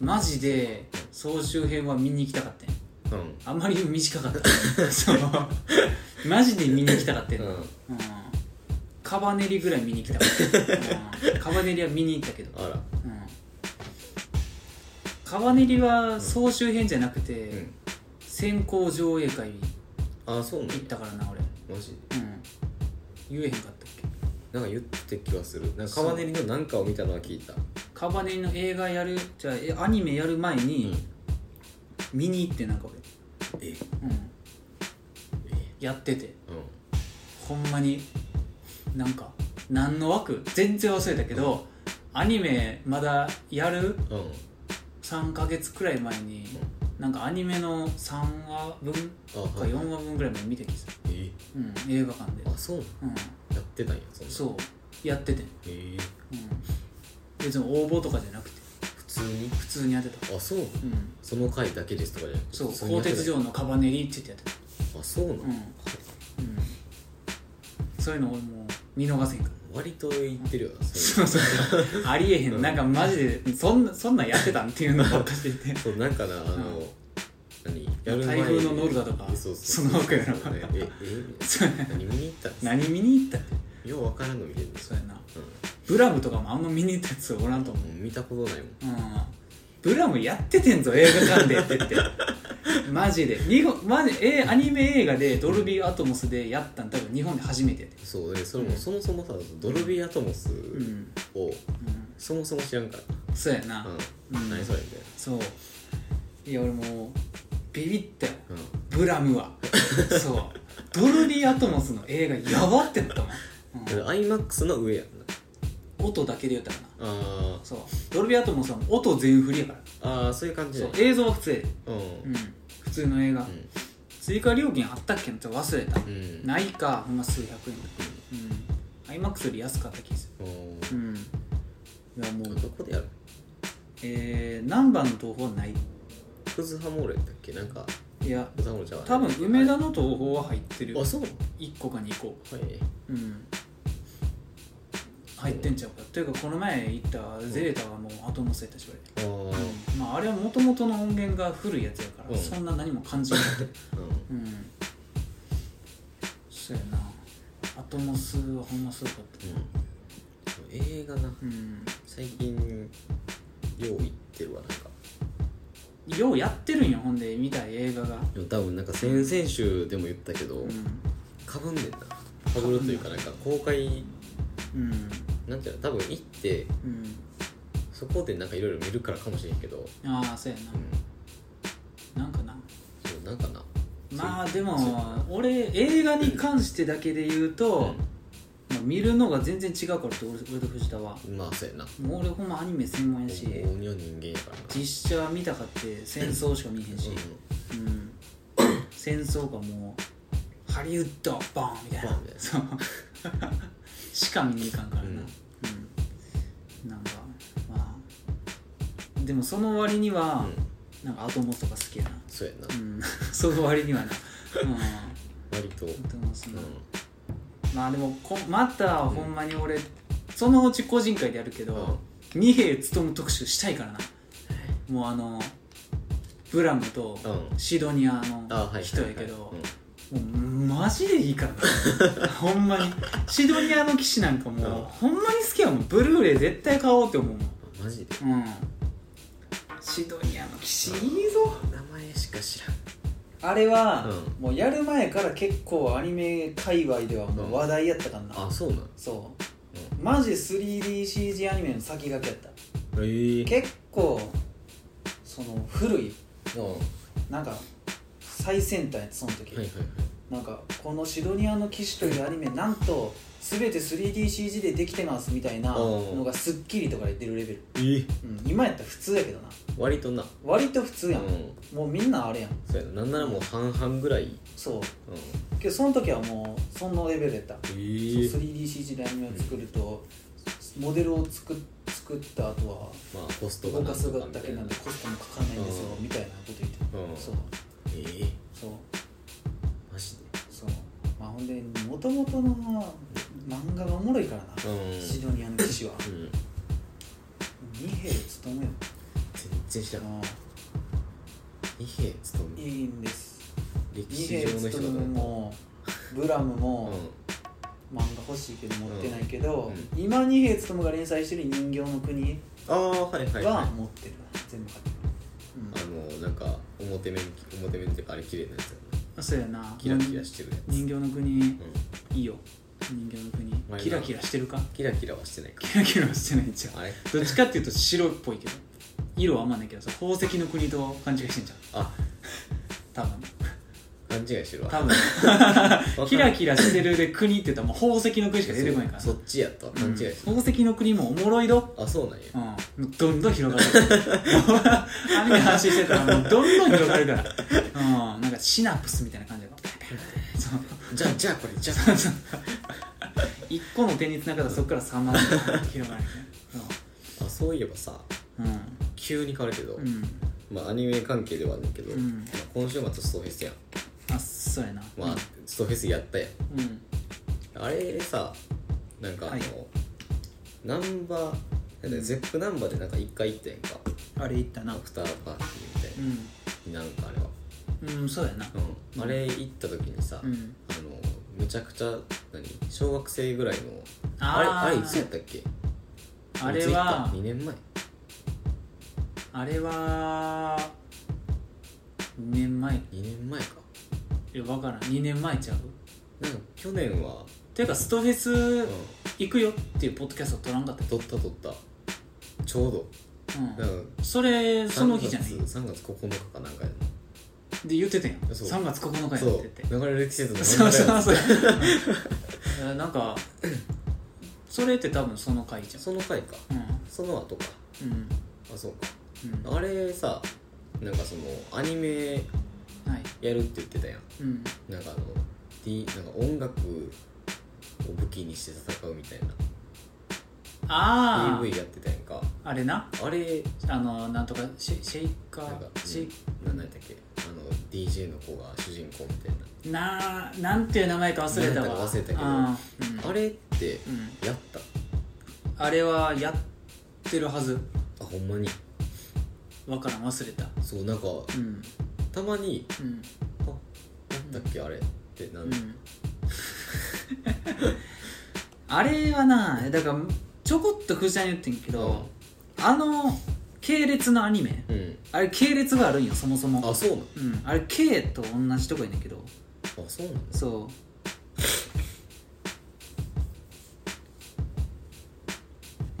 マジで総集編は見に行きたかったんやうんあんまり短かった <laughs> そうマジで見に行きたかったんやうんうんカバネリぐらい見に来た、うん、カバネリは見に行ったけど、あうらん、カバネリは総集編じゃなくて、うん先行上映会あそうなんや行ったからな俺、マジでうん、言えへんかったっけなんか言って気はするなんかカバネリのなんかを見たのは聞いたカバネリの映画やるじゃあえアニメやる前に見に行ってなんかえ俺、うん、やっててうほんまになんか何の枠全然忘れたけど、アニメまだやるんうん3ヶ月くらい前になんかアニメの3話分かあはい4話分くらいまで見てきてた、えうん、映画館で、あそうなんうやってたんやそんん、なそうやってて、えーうん、別に応募とかじゃなくて普通に普通にやってた、あそううん、その回だけですとかじゃなくてそう普通にや鋼ってた鉄城のカバネリって言ってやってた、あそうなんうんうん、そういうの俺もう見逃せんから <laughs> 割と言ってるよなそそうそうそうありえへん、うんなんかマジでそんなそんなんやってたんっていうのばっかしててういうのそうなんかなあうの何台風のノルダとかそうそそうの奥やろそうねええみたいな何見に行ったんで <laughs> <laughs> すか何見に行ったってようわからんの見れるんですそうよやなブラムとかもあんま見に行ったやつおらんと思ううんもう見たことないもんうんブラムやっててんぞ映画館でって <laughs> 言ってマジで日本マジえアニメ映画でドルビーアトモスでやったん多分日本で初めてでそうでそれもうんそもそもさドルビーアトモスうん、うん、をそもそも知らんからそうやな、ううんん何それみたいそういや俺もうビビったよなうんブラム <laughs> はそうドルビーアトモスの映画やばってなったもん、うんアイマックスの上やんな音だけで言ったらなあそうドルビーアトモスはもう音全振りやからーあーそういう感じそだうよ映像は普通やで、うんうん、普通の映画、うん追加料金あったっけなちょっと忘れた、うんないかほんま数百円うん iMAX より安かった気がすうるんうんいやもうどこでやるえー、何番の東宝はないクズハモールやったっけなんかいやクズハモールちゃうわ多分梅田の東宝は入ってるあそうなの1個か2個はいうん入ってんちゃうかというかこの前行ったゼータはもう後乗せやったしあ俺、うん、まああれはもともとの音源が古いやつやから、うんそん <laughs> な何も感じなくてあ、うん、うんそうやなあトモスはほんますごかった映画なうん最近よう行ってるわなんかようやってるんよほんで見たい映画がでも多分なんか先々週でも言ったけど、うんかぶんねんなかぶるというかなんか公開うんなんていうの多分行ってうんそこでなんかいろいろ見るからかもしれんけど、ああそうやうん、ななんかなそうなんかなまあそうでもそうやな俺映画に関してだけで言うと、うんまあ、見るのが全然違うからって俺俺と藤田はまあそうやなもう俺ほんまアニメ専門やし大人間やからな実写見たかって戦争しか見えへんし、うん戦争がもうハリウッドボーンみたいボなーンみたいなそうしか見に行かんからな、ううんんなんかまあでもその割にうん、はうん、なんかアトモスとか好きやなそうやな、うんその割にはなうん割と、うん本当にそのまあでもこまたほんまに俺、そのうち個人会でやるけど、二兵務特集したいからなもうあのブラムとうん、うんシドニアのあはいはいはい人やけどもうマジでいいから <laughs> なほんまにシドニアの騎士なんかもううんほんまに好きやもんブルーレイ絶対買おうって思うもんうん、マジでうんシドニアの騎士いいぞ名前しか知らんあれは、うもうやる前から結構アニメ界隈ではもう話題やったからな、あそうなん、うん、そうマジ 3DCG アニメの先駆けやったえー、結構その古いうんはなんか最先端やったその時、いはいはいなんかこの「シドニアの騎士」というアニメなんと全て 3DCG でできてますみたいなうんのが『スッキリ』とかで出るレベル、えー、うん、今やったら普通やけどな割とな割と普通やん、うんもうみんなあれやんそうやななんならもう半々ぐらい、うん、そうけどその時はもうそのレベルやったえそうー、 3DCG でアニメを作ると、モデルを作っ作った後はまあコストが動なかんすとかみだたけいななんでコストもかかんないんですようんみたいなこと言ってうんそうえー、そうマジでそうまあほんでもともとの漫画がおもろいからな、うんシドニアの騎士はうん二兵務めよ全然知らんあ二兵勤あいめいんです歴二史兵上の人だ務とめ思もブラムうもん、漫画欲しいけど持ってないけど、う今二兵務が連載してる人形の国ああはいはいはいは持ってる、全部買ってる、うんあのなんか表面表面っていうかあれ綺麗なやつやなあそうやなキラキラしてるやつ、人形の国うん、いいよ人形のまあ国キラキラしてるかキラキラはしてないかキラキラはしてないんちゃうあれどっちかっていうと白っぽいけど色はあんまないけどさ宝石の国と勘違いしてんじゃんあ多分勘違いしてるわ多分キラキラしてるで国って言ったらもう宝石の国しか出てこないからそうそっちやったわ勘違いしてる、うん宝石の国もおもろいどあそうなんやうん、どんどん広がるから網で話してたらもうどんどん広がるから、うん、なんかシナプスみたいな感じだからそうじゃあじゃあこれじゃそうそう一個の手に繋がったらそこから3万円が広がるねああそういえばさうんう急に変わるけど、ん、まあアニメ関係ではあんねんけど、うんまあ、今週末ストフェスやんあそうやなまあ、ストフェスやったやんうん、うん、あれさなんかあの、はいナンバーなんうだんゼップナンバーでなんか一回行ったやんかあれ行ったなアフターパーティーみたいな、なんかあれは、うん、うん、そうやなうん、あれ行った時にさ、うんあのむちゃくちゃ何小学生ぐらいのあれああれーいつやったっけあれは2年前あれは2年前い2年前かや分からん2年前ちゃうなんか去年は、ていうかストフェうんス、行くよっていうポッドキャスト取らんかったっ撮った撮ったちょうどけ、なうんかん、それその日じゃない3で月3月9日かなんかや言ってたやんそう3月9日やってそ言っうて流れる季節のそう流れそうやつそううん <laughs> なんかそれって多分その回じゃんその回かその後かうんうんあそうかうんあれさなんかそのアニメはいやるって言ってたやんうんなんかあの、D、なんか音楽を武器にして戦うみたいなあ PV やってたやんかああれなあれあのなんとかシェシェイカなんかーシェイ何だったっけあの DJ の子が主人公みたいななんていう名前か忘れたなんわか忘れたけどあ,、うんなあれってうん、やったあれはやってるはずあほんまにわからん忘れたそうなんかうんたまにうんあやったっけあれってなうんでん <laughs> あれはなだからちょこっと藤田に言ってんけど、あの系列のアニメうんあれ系列があるんよそもそもあそうなのうんあれ系と同じとこやねんけどあそうなのそう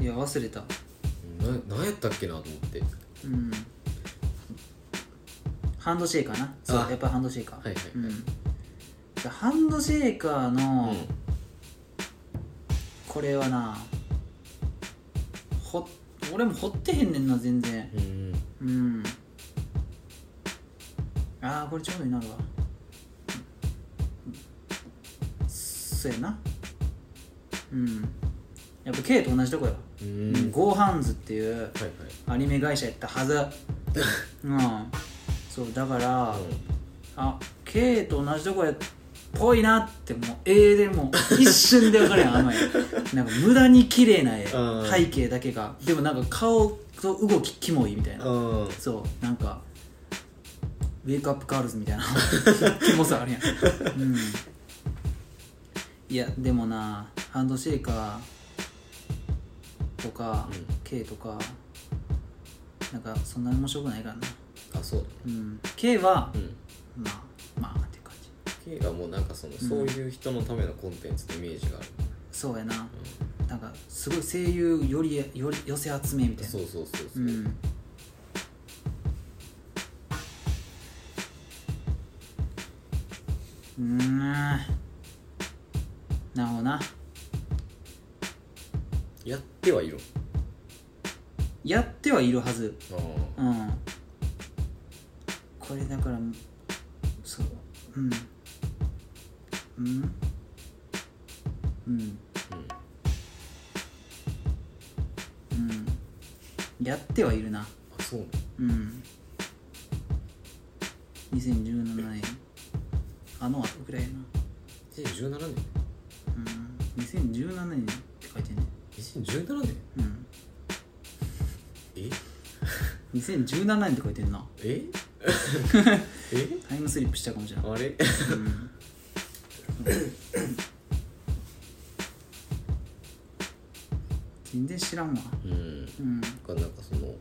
いや忘れたななんやったっけなと思ってうんハンドシェイカーなそうあやっぱハンドシェイカーはいはいはいうんでハンドシェイカーの、うこれはなほ俺も掘ってへんねんな全然んうんうんああこれちょうどになるわうんそうやなうんやっぱ K と同じとこやうんうんゴーハンズっていうはいアニメ会社やった <laughs> はずうんそうだから、はいあ K と同じとこやっぽいなってもう絵でも <laughs> う一瞬で分かるやんあの絵なんか無駄に綺麗な絵うん背景だけがでもなんか顔と動きキモいみたいなうんうんそうなんかウェイクアップガールズみたいなキモさあるやん、うん、いやでもなハンドシェイカーとか、うん K とかなんかそんなに面白くないからな、あそううん、K は、うんまあまあっていう感じ K がもうなんかそのそういう人のためのコンテンツのイメージがあるそうやななんかすごい声優よりより寄せ集めみたいなそうそうそうそううんうーんなるほどなやってはいるやってはいるはずあうんこれだからそううんうんうんあうんうんやってはいるなあそうなのうん2017年あの後ぐらいやな2017年うん2017年って書いてんね2017年うんえ2017年って書いてんな <laughs> ええタイムスリップしたかもしれないあれ <laughs> うん全然知らんわうんうんかなんかその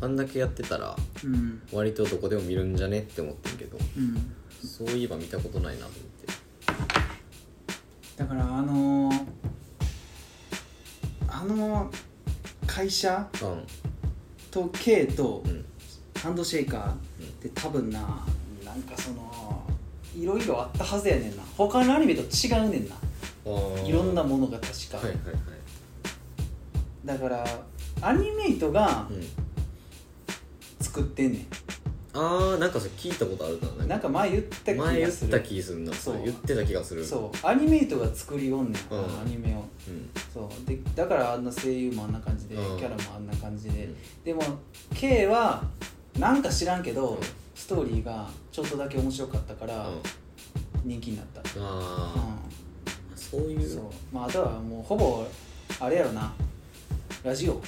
あんだけやってたらうん割とどこでも見るんじゃねって思ってんけどうんそういえば見たことないなと思ってだからあのー、あの会社と K とうんうんハンドシェイカーって多分ななんかそのいろいろあったはずやねんな他のアニメと違うねんなあーいろんなものが確か、はいはいだからアニメイトがはい、うん、作ってんねあーなんかそれ聞いたことあるなんなんか前言った気前が言っするた気するなそそうれ言ってた気がするそうアニメイトが作りよんねん、うんあのアニメをう、ん、そうでだからあんな声優もあんな感じで、うんキャラもあんな感じで、うんでも K はなんか知らんけど、うんストーリーがちょっとだけ面白かったかうん、らあ人気になった、うんあー、そういうそうまああとはもうほぼあれやろなラジオ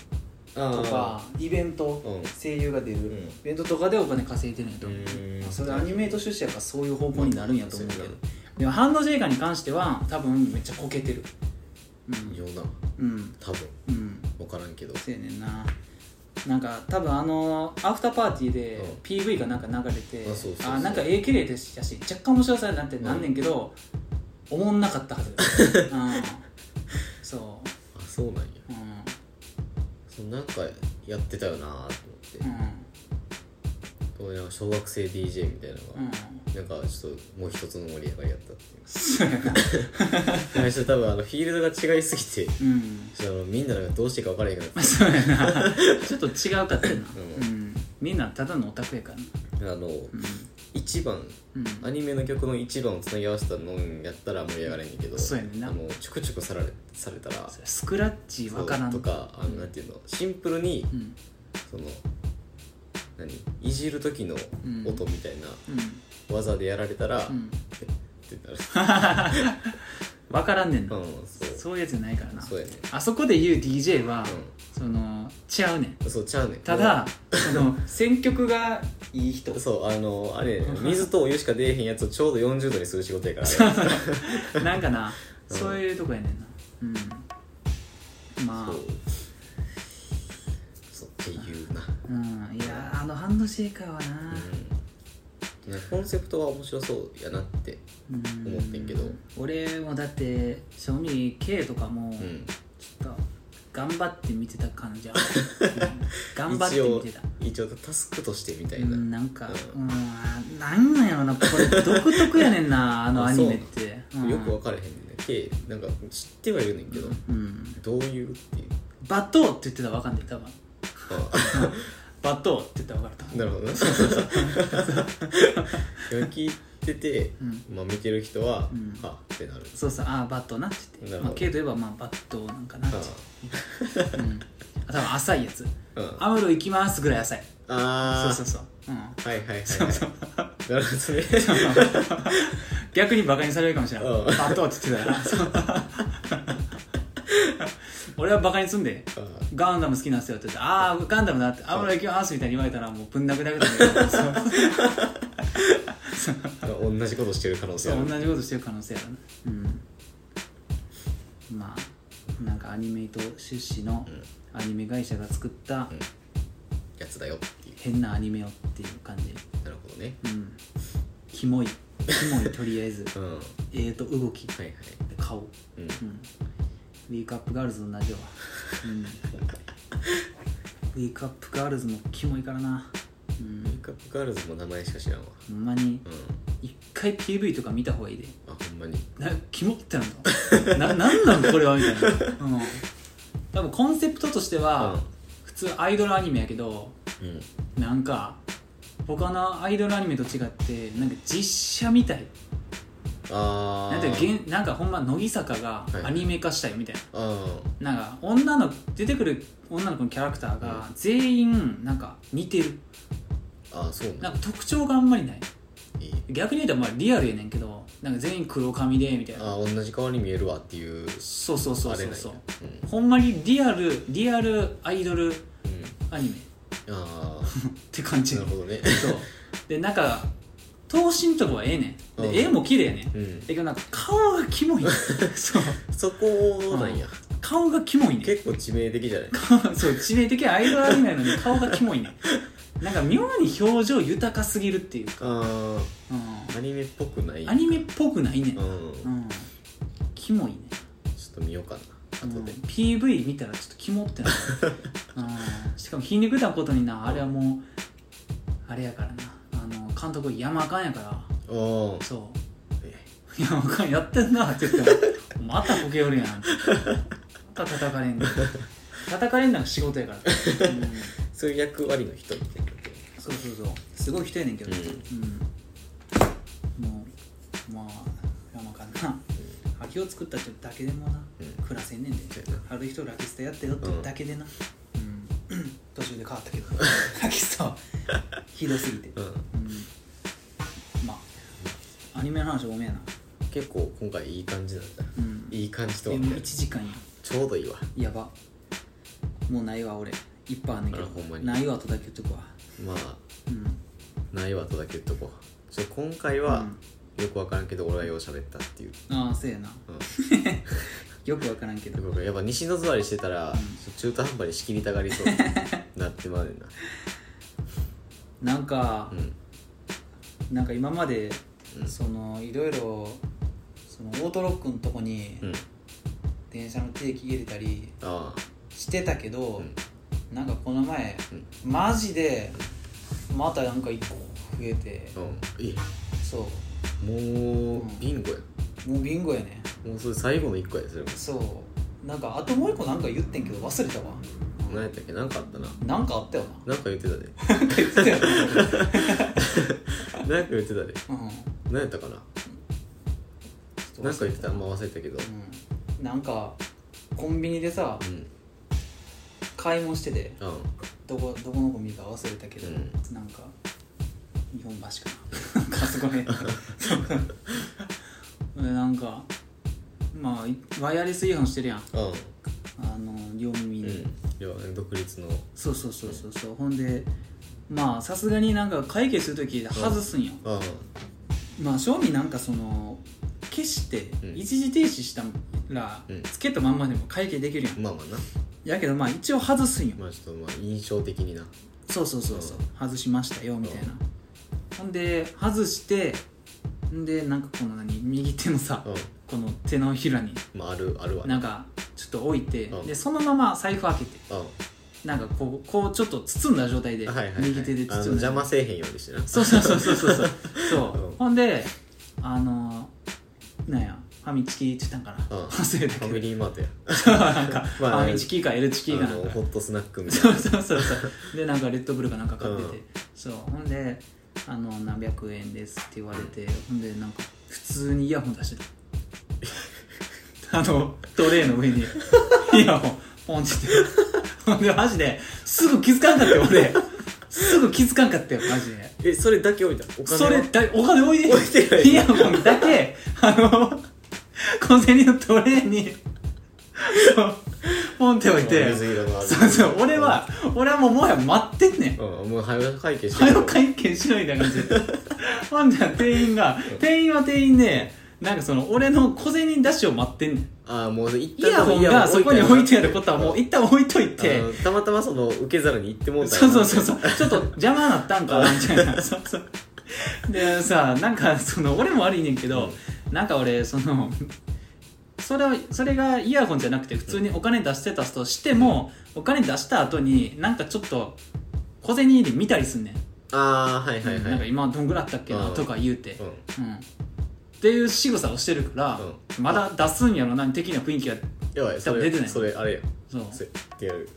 あーとかイベント、うん声優が出る、んイベントとかでお金稼いでるんやと思ううーんまあそれアニメート出社やからそういう方向になるんやと思うけど、うんでもハンドジェイカーに関しては多分めっちゃこけてるようなうんうん多分うん分からんけどそうやねんななんか多分あのアフターパーティーでうん PV がなんか流れてあそうそうそうあなんか絵綺麗でしたし若干面白さなんてなんねんけど、思んなかったは <laughs> ず、うん、そあそうなんやううんそうなんかやってたよなーと思って、うこうなんか小学生 DJ みたいなのが、んうんなんかちょっともう一つの盛り上がりやったっていうそうやな最初多分あのフィールドが違いすぎてう <laughs> んちょっとあのみんななんかどうしていいか分からへんからまあそうやなちょっと違うかったよな、ううんみんなただのオタクやからな <laughs> あの、一番うん、アニメの曲の一番をつなぎ合わせたのんやったら盛り上がれんねんけどそうやねんなあのちょくちょくさられされたらスクラッチわからんそうとかあのなんていうのシンプルにうんその何いじる時の音みたいなうん技でやられたら、うっんてなる <laughs> わからんねんうな、んそうそういうやつないからなそうやねあそこで言う DJ は、うその違うねんんそうちゃうねん <laughs> ただその選曲がいい人そうあのあれ水とお湯しか出えへんやつをちょうど40度にする仕事やからそあうなんかな、そういうとこやねんなうんれまそあうそうっていうなうんいやーあのハンドシェイカーはなうんねコンセプトは面白そうやなってうん思ってんけど俺もだって正味 K とかもうんちょっと頑張って見てた感じあ <laughs> る、うん頑張って見てた一応一応タスクとしてみたういな、ん、なんか、ううん、なんなんやろな、これ独特やねんな、あのアニメって。うんよく分からへんねんね K なんか知ってはいるねんけど、うん。どういうっていうバトーって言ってたらわかんない、多分。あ <laughs> バトーって言ったらわかると思なるほ <laughs> どな聞いてて、うんまあ、見てる人は、うんあってなるう。そうそう、ああ、バトーなって言って。なるほどまあ、けど言えば、まあ、バトーなんかなってあ言って。うん。あ多分浅いやつ。あ、うん、アムロ行きますぐらい浅い。そあうーそうそう。うん。 <laughs> はいはいはい、はい、そうそう。なるほ <laughs> どね逆にバカにされるかもしれない。うんバトーって言ってたら。そう <laughs> 俺はバカにすんで。あガンダム好きなんですよって言って、ああ、ガンダムだって、あ、俺行きますみたいに言われたら、もうぶん殴りたくなる。 <laughs> そうー同じことしてる可能性そあるう、同じことしてる可能性あるな。うん。まあ、なんかアニメイト出資のアニメ会社が作ったやつだよっていう変なアニメをっていう感じ。なるほどねうん。キモい。キモい、とりあえず。うんはえーと、動き。いはい顔。うんうん。ウィークアップガールズのラジオは。うん。ウィークアップガールズもキモいからな。うんメ。イクアップガールズも名前しか知らんわほんまにうん一回 PV とか見た方がいいであほんまになキモってなるの <laughs> ななんなのこれはみたいな、うん、多分コンセプトとしては、うん普通アイドルアニメやけどうんなんか他のアイドルアニメと違ってなんか実写みたいああなんていうかげんなんかほんま乃木坂がはいアニメ化したいみたいな、あなんか女の出てくる女の子のキャラクターが全員なんか似てるーあーそうななんんか特徴があんまりないいい逆に言うとまあリアルやねんけどなんか全員黒髪でみたいなあー同じ顔に見えるわっていうそうそうそうあそれうなんそやううんほんまにリアルリアルアイドルうんアニメっあ <laughs> て感あじなそるうほどねでなんか頭身とかはええねんうんで絵も綺麗やねんだうんけどなんか顔がキモいそう <laughs> そこなんや顔がキモいねん結構致命的じゃない顔 <laughs> そう致命的なアイドルアニメなのに顔がキモいねんなんか妙に表情豊かすぎるっていうか、あうーアニメっぽくないん、アニメっぽくないねん、ううん、んキモいねちょっと見ようかなうん後で PV 見たらちょっとキモって <laughs> なる、うん、しかもひねくだことになあれはもうあれやからなあの監督山あかんやからおおそう <laughs> 山あかんやってんなって言ったらまたこけよるやんまた叩かれんねん叩かれんのが仕事やから、うん、そういう役割の人みたいなそうそうそうすごい人やねんけど、うんもうまあ山あかんな秋を作ったってだけでもな、うん暮らせんねんでそうやあなる人ラキスタやったよってだけでな、うん <clears throat> 途中で変わ <laughs> ったけどラキスタはひどすぎて、うんうんまあアニメの話多めやな、結構今回いい感じなんだうん、いい感じとはで思もう1時間やちょうどいいわやばもうないわ俺いっぱいあんねんけどあほんまにないわとだけ言っとくわまあうんないわとだけ言っとこうちょ今回はよくわからんけど俺はよう喋ったっていう、ああせやなう <laughs> よくわからんけどん、よくわからんやっぱ西の座りしてたら中途半端に仕切りたが <laughs> りそうになってまうねんななんかう、んなんか今まで、うんそのいろいろそのオートロックのとこに、うん電車の定期入れたりあしてたけあどう、んなんかこの前、マジでまたなんか1個増えてうんいいそもう、うんビンゴやうもうビンゴやねもうそれ最後の一個やそれもそうなんかあともう1個なんか言ってんけど忘れたわ何やったっけ何かあったななんかあったよななんか言ってたでなんか言ってたよ <laughs> な、なんか言ってたでうん何やったかなちょなんっとか忘言れってたあんま忘れたけどうん、なんかコンビニでさうん買い物しててうんどこどこのコンビニか忘れたけど、うなんか日本橋かな <laughs> なんかあそこねそうでなんかまあいワイヤレスイヤホンしてるやんうんあの両耳うに、んいや独立のそうそうそうそうそうほんでまあさすがになんか会計する時外すんよ、ああまあ正味なんかその消してうん一時停止したら、うんつけたまんまでも会計できるやんまあまあなやけどまあ一応外すんよ、まあちょっとまあ印象的になそうそうそうそうう外しましたよみたいなほんで外してんでなんかこの何右手のさうこの手のひらにんまああるあるわなんかちょっと置いてうんでそのまま財布開けてうんなんかこうこうちょっと包んだ状態ではいはいはい右手であ包のんだ邪魔せえへんようにしてなそうそうそうそうそう <laughs> そうそう、うんほんであのなんやファミチキって言ったんかな、うん忘れたファけミどリーマートや <laughs> なんか、まあファミチキか L チキかあなんのかホットスナックみた <laughs> いそなうそうそうそうでなんかレッドブルかなんか買ってて、うんそうほんで「あの何百円です」って言われてほんでなんか普通にイヤホン出して <laughs> たあのトレーの上にイヤホンポンっててほんでマジですぐ気づかんかったよ俺すぐ気づかんかったよマジでえそれだけ置いたお金そはれだお金置いて置いてないイヤホンだけあ <laughs> の小銭のトレーにそうポンって置いて水色のあるそうそう俺は俺はもうもはや待ってんねんうんもう早く会計して早く会計しろみたいな感じで <laughs> ほんじゃ店員が店員は店員でなんかその俺の小銭出しを待ってんねんああもう一イヤホンがそこに置いてあることはもうっ一旦置いといてたまたまその受け皿に行ってもうそたんやうなそうそうそうちょっと邪魔なったんかなみたい <laughs> なそうそうでさなんかその俺も悪いねんけど、なんか俺そのそれをそれがイヤホンじゃなくて普通にお金出してたとしても、お金出した後になんかちょっと小銭入れ見たりすんねん、ああはいはいはいなんか今どんぐらいあったっけなうんとか言うてう、んうんっていう仕草をしてるから、うんまだ出すんやろな的な雰囲気がやばいそ多分出てなれいそれあれやそうそれってやる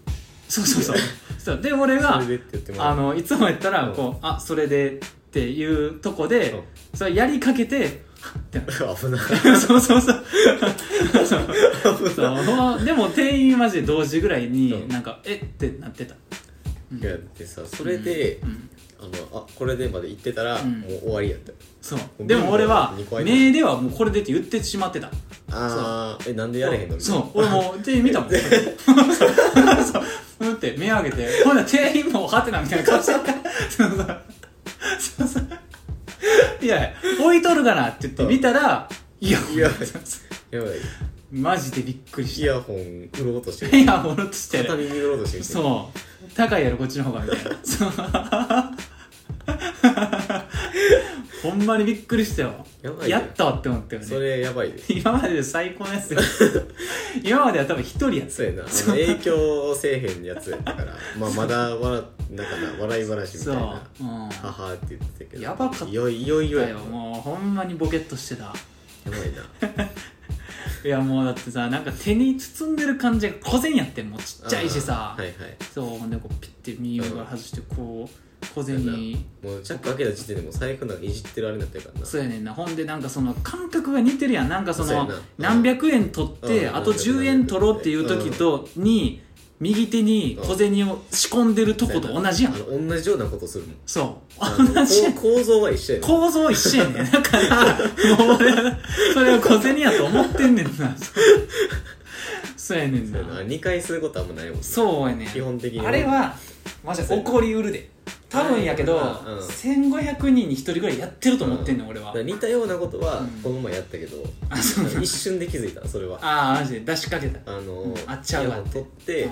そうそうそうそうで俺がそれでって言ってもらあうのいつもやったらうんこう、あそれでっていうとこで、うんそれやりかけて <laughs> はっってな危ないるそうそうそうそうそうでも店員マジで同時ぐらいに、うんなんかえってなってたいやだってさそれでうんうんあのあこれでまで行ってたらうんもう終わりやったそうでも俺は二個入ってる目ではもうこれでって言ってしまってたああえなんでやれへんのみたいそなう俺もう店員見たもんそううんって目上げてほんなら店員もハテナみたいな顔してるそうそうそうそういや置いとるかなって言って見たらいやいややばいマジでびっくりイしヤホン売ろうとしてたるいやもろとして片る耳売ろうとしてるそう高いやろこっちの方がみたいなそうほんまにびっくりしたよやばいねやったわって思ったよねそれやばいで今までで最高のやつよ今までは多分一人やつそうやなあの影響せえへんやつやっ <laughs> たからまあまだ笑なんかな笑い話みたそいうなうんははって言ってたけどやばかったいよいよいよだやよなもうほんまにボケっとしてたやばいないやもうだってさなんか手に包んでる感じが小銭やってんもうちっちゃいしさ、あーはいはいそうほんでこうピッて右上から外してこう小銭もうチャック開けた時点でもう財布なんかいじってるあれになってるからなそうやねんなほんでなんかその感覚が似てるやんなんかそそうやのなうん何百円取ってうんあと10円取ろうっていう時とに右手に小銭を仕込んでるとこと同じやんあの同じようなことするもんそう同じやあんのこう構造は一緒やね構造一緒やねんだからもう俺はそれを小銭やと思ってんねんなそうやねんな2回することはあんまないもんなそうやねん基本的にあれはマジで起こりうるで多分やけど、うん1500人に1人ぐらいやってると思ってんねん俺だは、から似たようなことはうんこの前やったけど、あそうなん一瞬で気づいたそれはああマジで出しかけたあの、うんあっちゃうわイヤホン取って、うん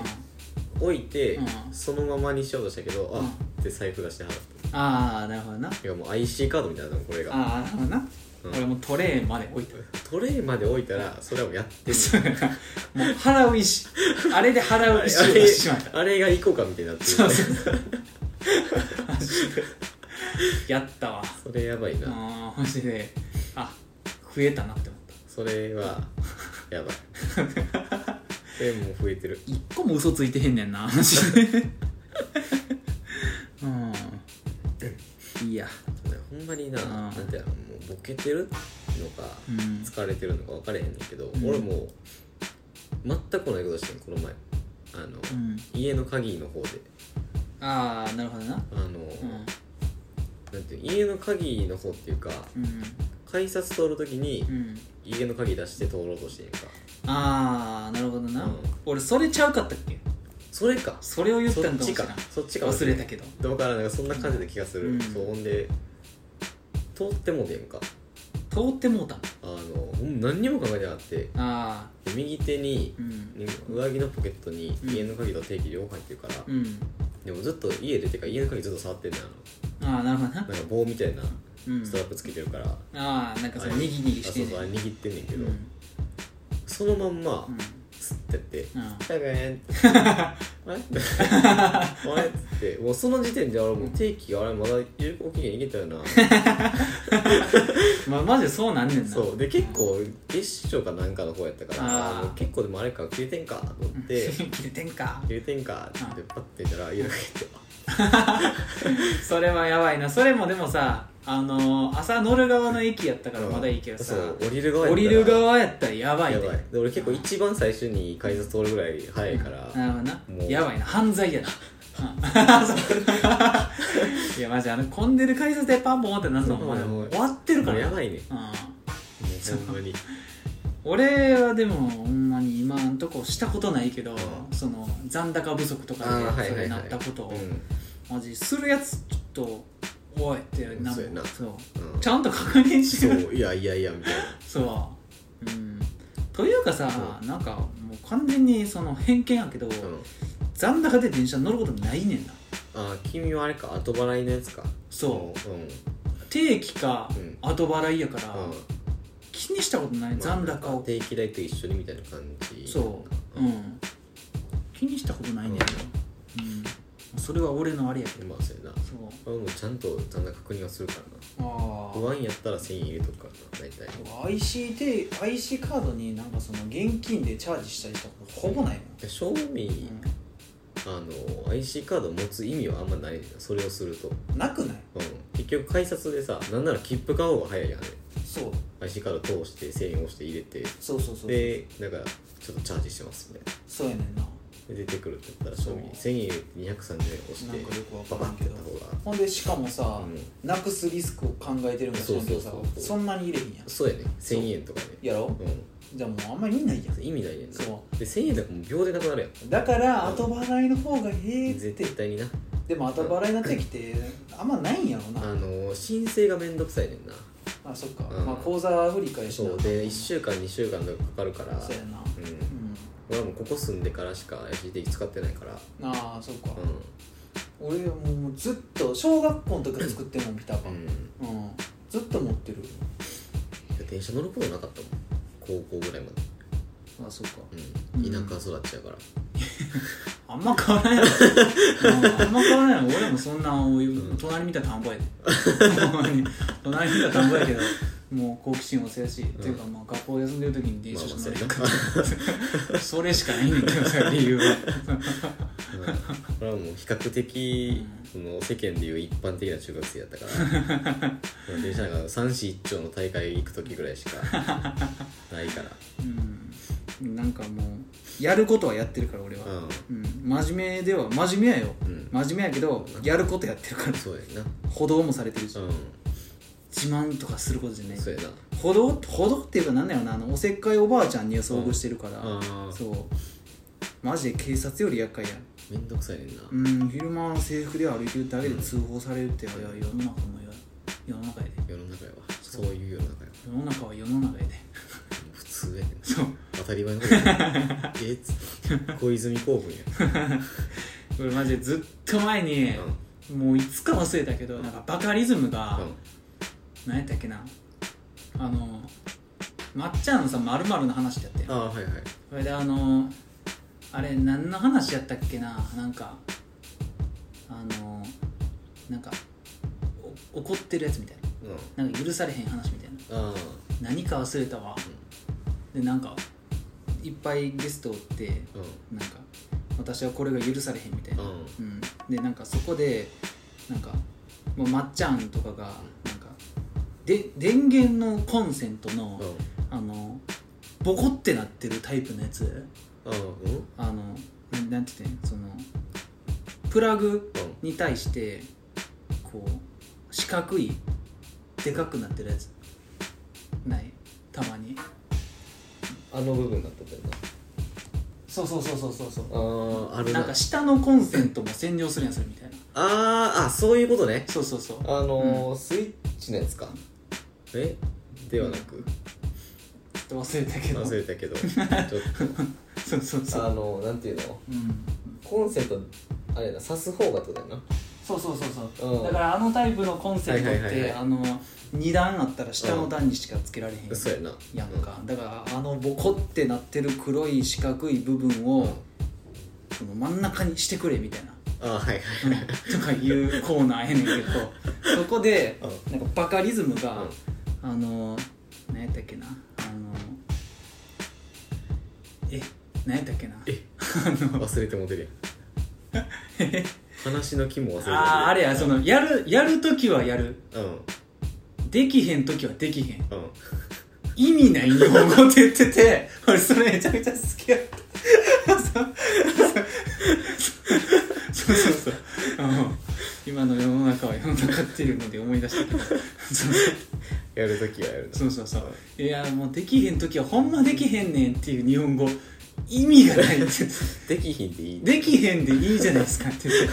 置いて、うんそのままにしようとしたけど、うんあって財布出して払ったああなるほどなてかもう IC カードみたいなのこれがああなるほどな、うん俺もうトレーまで置いた <laughs> トレイまで置いたらそれはもうやってるそうやなもう払う意思あれで払う意あれ思を出してしまったあれが行こうかみたいになってるそうそうそうマジでやったわそれやばいな、あーマジであ増えたなって思っそれはやばいそれもう増えてるた一個も嘘ついてへんね <laughs> んなマジでうんいいやほんまにな、うんなんていうのもうボケてるのか、うん疲れてるのか分かれへんねんけど、ん俺もう全く同じことしてんこの前あうの、ん家の鍵の方でああなるほどなあの、うんなんていうの家の鍵の方っていうかうん改札通るときにうん家の鍵出して通ろうとしてんやんかああなるほどな、うん俺それちゃうかったっけそれかそれを言ったんかもしれんそっちか忘れたけどどだからなんかそんな感じな気がする、うんそうほんで通ってもうてんか通ってもうたのあのほん何にも考えてなくてでああ右手にうんね上着のポケットにうん家の鍵と定期両方入ってるから、うんでもずっと家出てから家の鍵ずっと触ってんねんあああなるほどなのなんか棒みたいなうんストラップつけてるから、ああなんかそあのれにぎにぎしてあそうそうあれね握ってんねんけうんど、うんそのまんま吸ってってうん「食べん」って「あれ?あれ?」っつってもうその時点で俺もう定期があれまだ有効期限いけた <laughs> よなまあマジでそうなんねんなそうで結構月賞かなんかの方やったからあーもう結構でもあれか切れてんかと思っ <laughs> て切れてんか切れてんかって言ってパッて見たら家の鍵ってそれはやばいなそれもでもさあのー朝乗る側の駅やったからまだいいけどさそう降りる側降やったらりる側やったらやばいやでばいで俺結構一番最初に改札通るぐらい早いからなるほどなもうやばいな犯罪やなうんいやマジあの混んでる改札でパンポンってなるのもまだもう終わってるもかうらやなばいねうもんうほんまに俺はでもほんまに今んとこしたことないけど、うその残高不足とあーかではいそはいはれいなったことを、うんマジするやつちょっとおいってなそうやなそううんちゃんと確認しそてるういやいやいやみたいなそううんというかさ、なんかもう完全にその偏見やけど、うん残高で電車乗ることないねんなあー君はあれか後払いのやつかそううん定期かうん後払いやから、うん気にしたことない残まあ高を、定期代と一緒にみたいな感じそううん気にしたことないねんな、うん、それは俺のあれやけどまあそうやなそう俺もちゃんと残高確認はするからあな不あ安やったら1000円入れとくからな大体 IC で IC カードになんかその現金でチャージしたりしたことほぼないもん、で正味あの IC カードを持つ意味はあんまないねんなそれをすると、うん、なくない結局改札でさなんなら切符買う方が早いやんねそう IC カード通して1000円押して入れてそうそうそうでなんかちょっとチャージしてますみたいそうやねんななで出てくるって言ったらそ正う味1000円入れて230円押してなんかよくわかバらバんッけてどやった方がほんでしかもさ、うなくすリスクを考えてるんか知らんけどさそうそうそうそんなに入れへんやんそうやね1000円とかねやろうじゃあもうあんまり見ないやんん意味ないねんなそで1000円だからもう秒でなくなるやんだから後払いの方がええって絶対になでも後払いになってきてあんまないんやろあなのー申請がめんどくさいねんなあそっか、うんまあ口座アフリカやしそなうで1週間2週間とかかかるからそうやなううんん俺はもうここ住んでからしか ICT 使ってないからああそっか、う俺もうずっと小学校の時作ってんもんピタパんン、うんうんずっと持ってる電車乗ることなかったもん高校ぐらいまあそうかでうん田舎育ちやからあんま変わらないやろうんあんま変わらないやろ俺もそんなお湯隣見たら田んぼやでほんまに隣見たら田んぼやけどもう好奇心旺盛やし、っていうかまあ学校休んでる時に電車しか乗れなかったそれしかないねんけどさ理由はうん俺はもう比較的その世間でいう一般的な中学生やったから電車が三市一丁の大会行く時ぐらいしかないからうんなんかもうやることはやってるから俺は、うんうん、真面目では真面目やよ、うん真面目やけどやることやってるからそうやな歩道もされてるし、う自慢とかすることじゃないんそうやな歩道歩道っていうかなんだよなあのおせっかいおばあちゃんに遭遇してるから、ああそうマジで警察より厄介やめんどくさいねんなうん昼間制服で歩いてるだけで通報されるってあれは世の中の世世の中やで世の中やわそういう世の中やわ世の中は世の中やで普通やねんなそう当たり前のことやえっつって小泉公文や俺マジでずっと前に、もういつか忘れたけどなんかバカリズムが、何やったっけなあのまっちゃんのさまるの話だったよああはいはいそれであのあれ何の話やったっけななんかあのなんかお怒ってるやつみたいうななんんか許されへん話みたいなああ何か忘れたわでなんかいっぱいゲストおってうなんか私はこれが許されへんみたいなんうんうん、でなんかそこでなんかもうまっちゃんとかがなんかで電源のコンセントの,、うんあのボコってなってるタイプのやつうんうんあのなんなんて言ってんそのプラグに対してこう四角いでかくなってるやつないたまにあの部分だったんだよなそうそうそうそうそうそうあああるななんか下のコンセントも占領するやんそれみたいなあーあそういうことねそうそうそうあのースイッチのやつかえではなくちょっと忘れたけど忘れた <laughs> けどちょっそうそうそとあうのーなんていうのうんコンセントあれやな刺す方がってことやなそうそうそうそう、うんだからあのタイプのコンセントって、はいはいはいはいあの2段あったら下の段にしかつけられへんそうやなやんか、だからあのボコってなってる黒い四角い部分を、その真ん中にしてくれみたい <laughs> な、あーはいはいはいとかいうコーナーやねんけどそこでうなんかバカリズムが、うんあの何やったっけなあのえ何やったっけなえあ <laughs> の忘れてもてるやん話の気も忘れてもてるあーあれやそのやるやる時はやるうんできへん時はできへんうん意味ない日本語って言ってて俺それめちゃめちゃ好きやったそうそうそううん今の世の中は世の中っていうので思い出したけどそうやるときはやるなそうそうそういやもうできへん時はほんまできへんねんっていう日本語意味がないって言ってできひんでいいできへんでいいじゃないですかって言って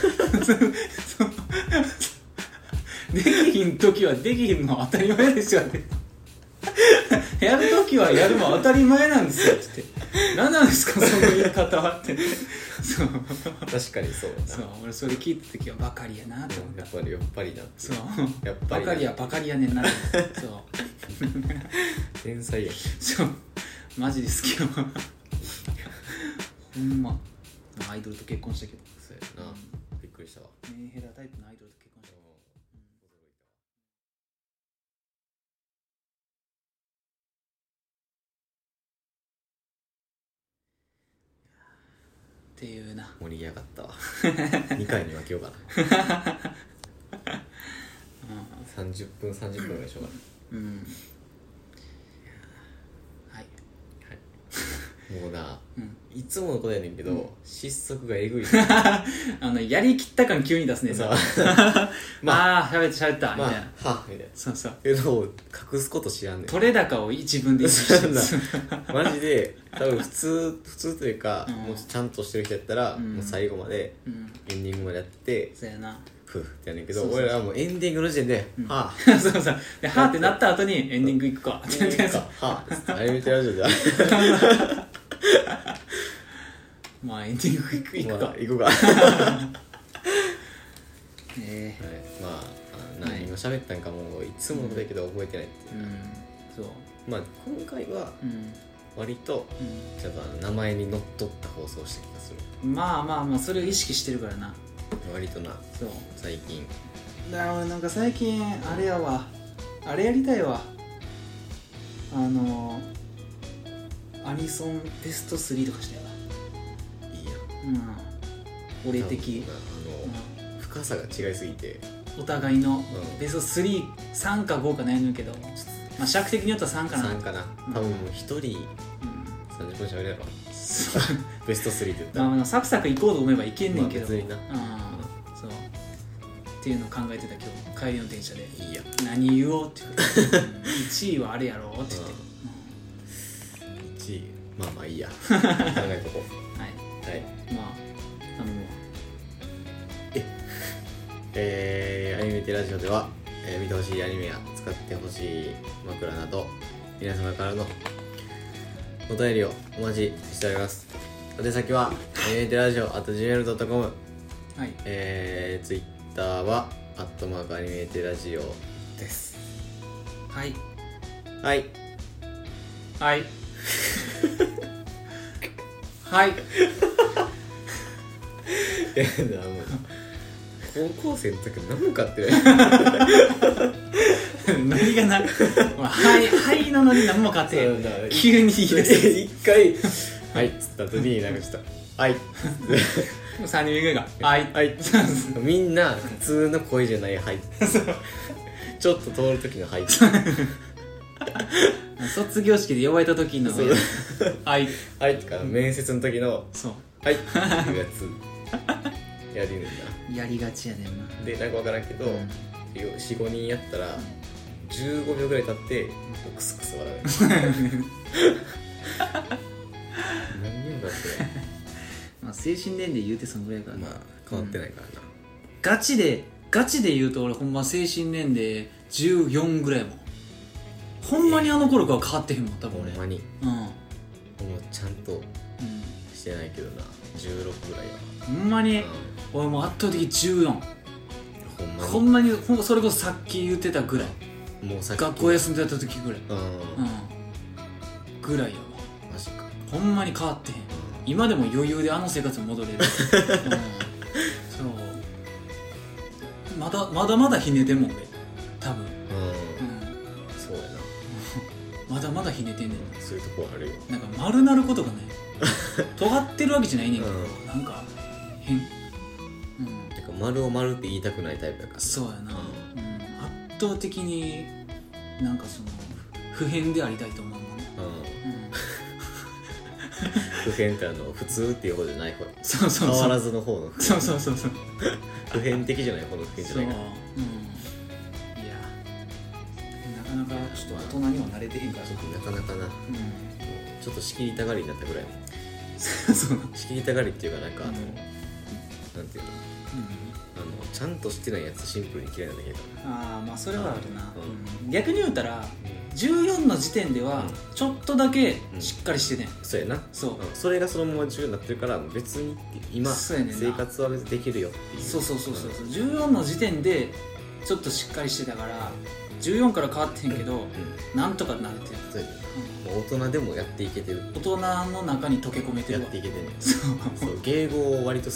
そうそうできひん時はできひんの当たり前でしょってやる時はやるも当たり前なんですよって言って何なんですかその言い方はってそう確かにそうやなそう俺それ聞いた時はばかりやなと思っやたっぱりやっぱりなそうやっぱばりかりなはばかりやねんなそう天才やそうマジですけどほんまアイドルと結婚したけどそうやなびっくりしたわメンヘラタイプのアイドルと結婚したっていうな盛り上がったわ <laughs> 2回に分けようかな30分30分ぐらいでしょうかうんはいなもうなうんいつものことやねんけど、うん失速がえぐいあのやりきった感急に出すねさ <laughs> さまあー喋った喋ったみまあたいなはみたいなそうそうけど隠すこと知らんねん取れ高を自分で意識してるそうマジで多分普通普通というか、うんもうちゃんとしてる人やったら、うんもう最後まで <laughs> うんエンディングまでやってそうやな <laughs> ふうってやねんけどそうそうそう俺らもうエンディングの時点で「うんはあそうそうではーってなった後にエンディングいく <laughs> かってエン言デっィてングかはあ」っつってあれ見てラジオで <laughs> あ <laughs> まあエンディングいくいくまかあ行くかはいええまああ何を喋ったんかもういつもだけど覚えてないっていうう、んそうまあ今回はうん割とうちょっとあの名前にのっとった放送をした気がするんまあまあまあそれを意識してるからな割となそう最近だから俺なんか最近あれやわあれやりたいわあのアニソンベスト3とかしたいわいいやうん俺的、なんかあの、深さが違いすぎてうんお互いのんベスト33か5か悩むけど、まあ、尺的によったら3かな3かな多分もう1人うん30分喋ればそうベスト3って言ったまあらまあサクサク行こうと思えばいけんねんけど、まあ別になうんそうっていうのを考えてた今日帰りの電車でいいや何言おうって言って、 <laughs> うん、1位はあれやろって言って、 1位まあまあい <laughs> いや考えとこううんはいはいまあ、あの、えー、アニメテラジオでは、えー見てほしいアニメや使ってほしい枕など皆様からのお便りをお待ちしております宛先はアニメテラジオ at gmail.com はい、えー、ツイッターはアットマークアニメテラジオですはい、はい <laughs> はい、はい、いやだもう高校生の時何も買ってないノリがな、まあ、はい、はいのノリ何も勝てん、急に言い出す。 <laughs> 一回「はい」っつった後になんかちょっと「 <laughs> はい」 3人目ぐらいが、はい、はいみんな普通の声じゃない「はい」ちょっと通る時の「はい」 <laughs> 卒業式で呼ばれた時の、そうはい、 「はい」とか面接の時のそう、 「はい」っていうや <laughs> つやりるんだやりがちやねんな。でなんか分からんけどうん45人やったら15秒ぐらい経っても <laughs> うクスクス笑う何にもなってないまあ精神年齢言うてそのぐらいやからな、まあ変わってないからな、ガチでガチで言うと俺ほんま精神年齢14ぐらいもんほんまにあの頃から変わってへんもん多分俺ほんまにうん、うんもうちゃんとしてないけどな16ぐらいは、ほんまにう俺もう圧倒的14ん、ほんまにほんまにほんそれこそさっき言ってたぐらいもうさっき学校休んでた時ぐらいうん、うんぐらいやわマジか、ほんまに変わってへんう今でも余裕であの生活に <laughs> 戻れる、うん、そうまだまだまだひねてんもん俺多分、んううんん、そうやなまだまだひねてんねんそういうとこあるよなんか丸なること <laughs> がね尖ってるわけじゃないねんけど、うなんか変うんてか丸を丸って言いたくないタイプやからそうやな、うん、圧倒的になんかその不変でありたいと思うもんね、うんうん、普遍ってあの普通っていう方じゃない方そうそう変わそらうずの方のそうそうそうそう普遍的じゃない方の普遍じゃそう、なういん、いかやらなかなかちょっと大人には慣れてへんからちさょっとなかなかなもうん <laughs> うちょっと仕切りたがりになったぐらいもそうな仕切りたがりっていうかなんかあの、うんなんていうのあのちゃんとしてないやつシンプルに嫌いなだけだかああまあそれはあるな、ううん逆に言うたらら、 14の時点ではうちょっとだけしっかりしてね、そうやなそう、うんそれがそのまま重要になってるから別にって今そうやねんな生活は別にできるよっていうそうそうそうそうそう14の時点でちょっとしっかりしてたから14から変わってへんけどうん、なんとかなれてる、そうやねんもう大人でもやっていけてる大人の中に溶け込めてやっるわていけてるねそうそう迎合を割と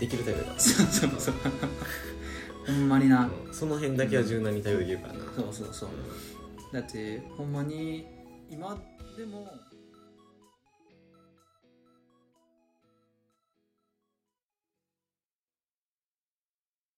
できるタイプだからそうそうそう <laughs> ほんまにな、うんその辺だけは柔軟に対応できるからな、そうそうそうだってほんまに今でも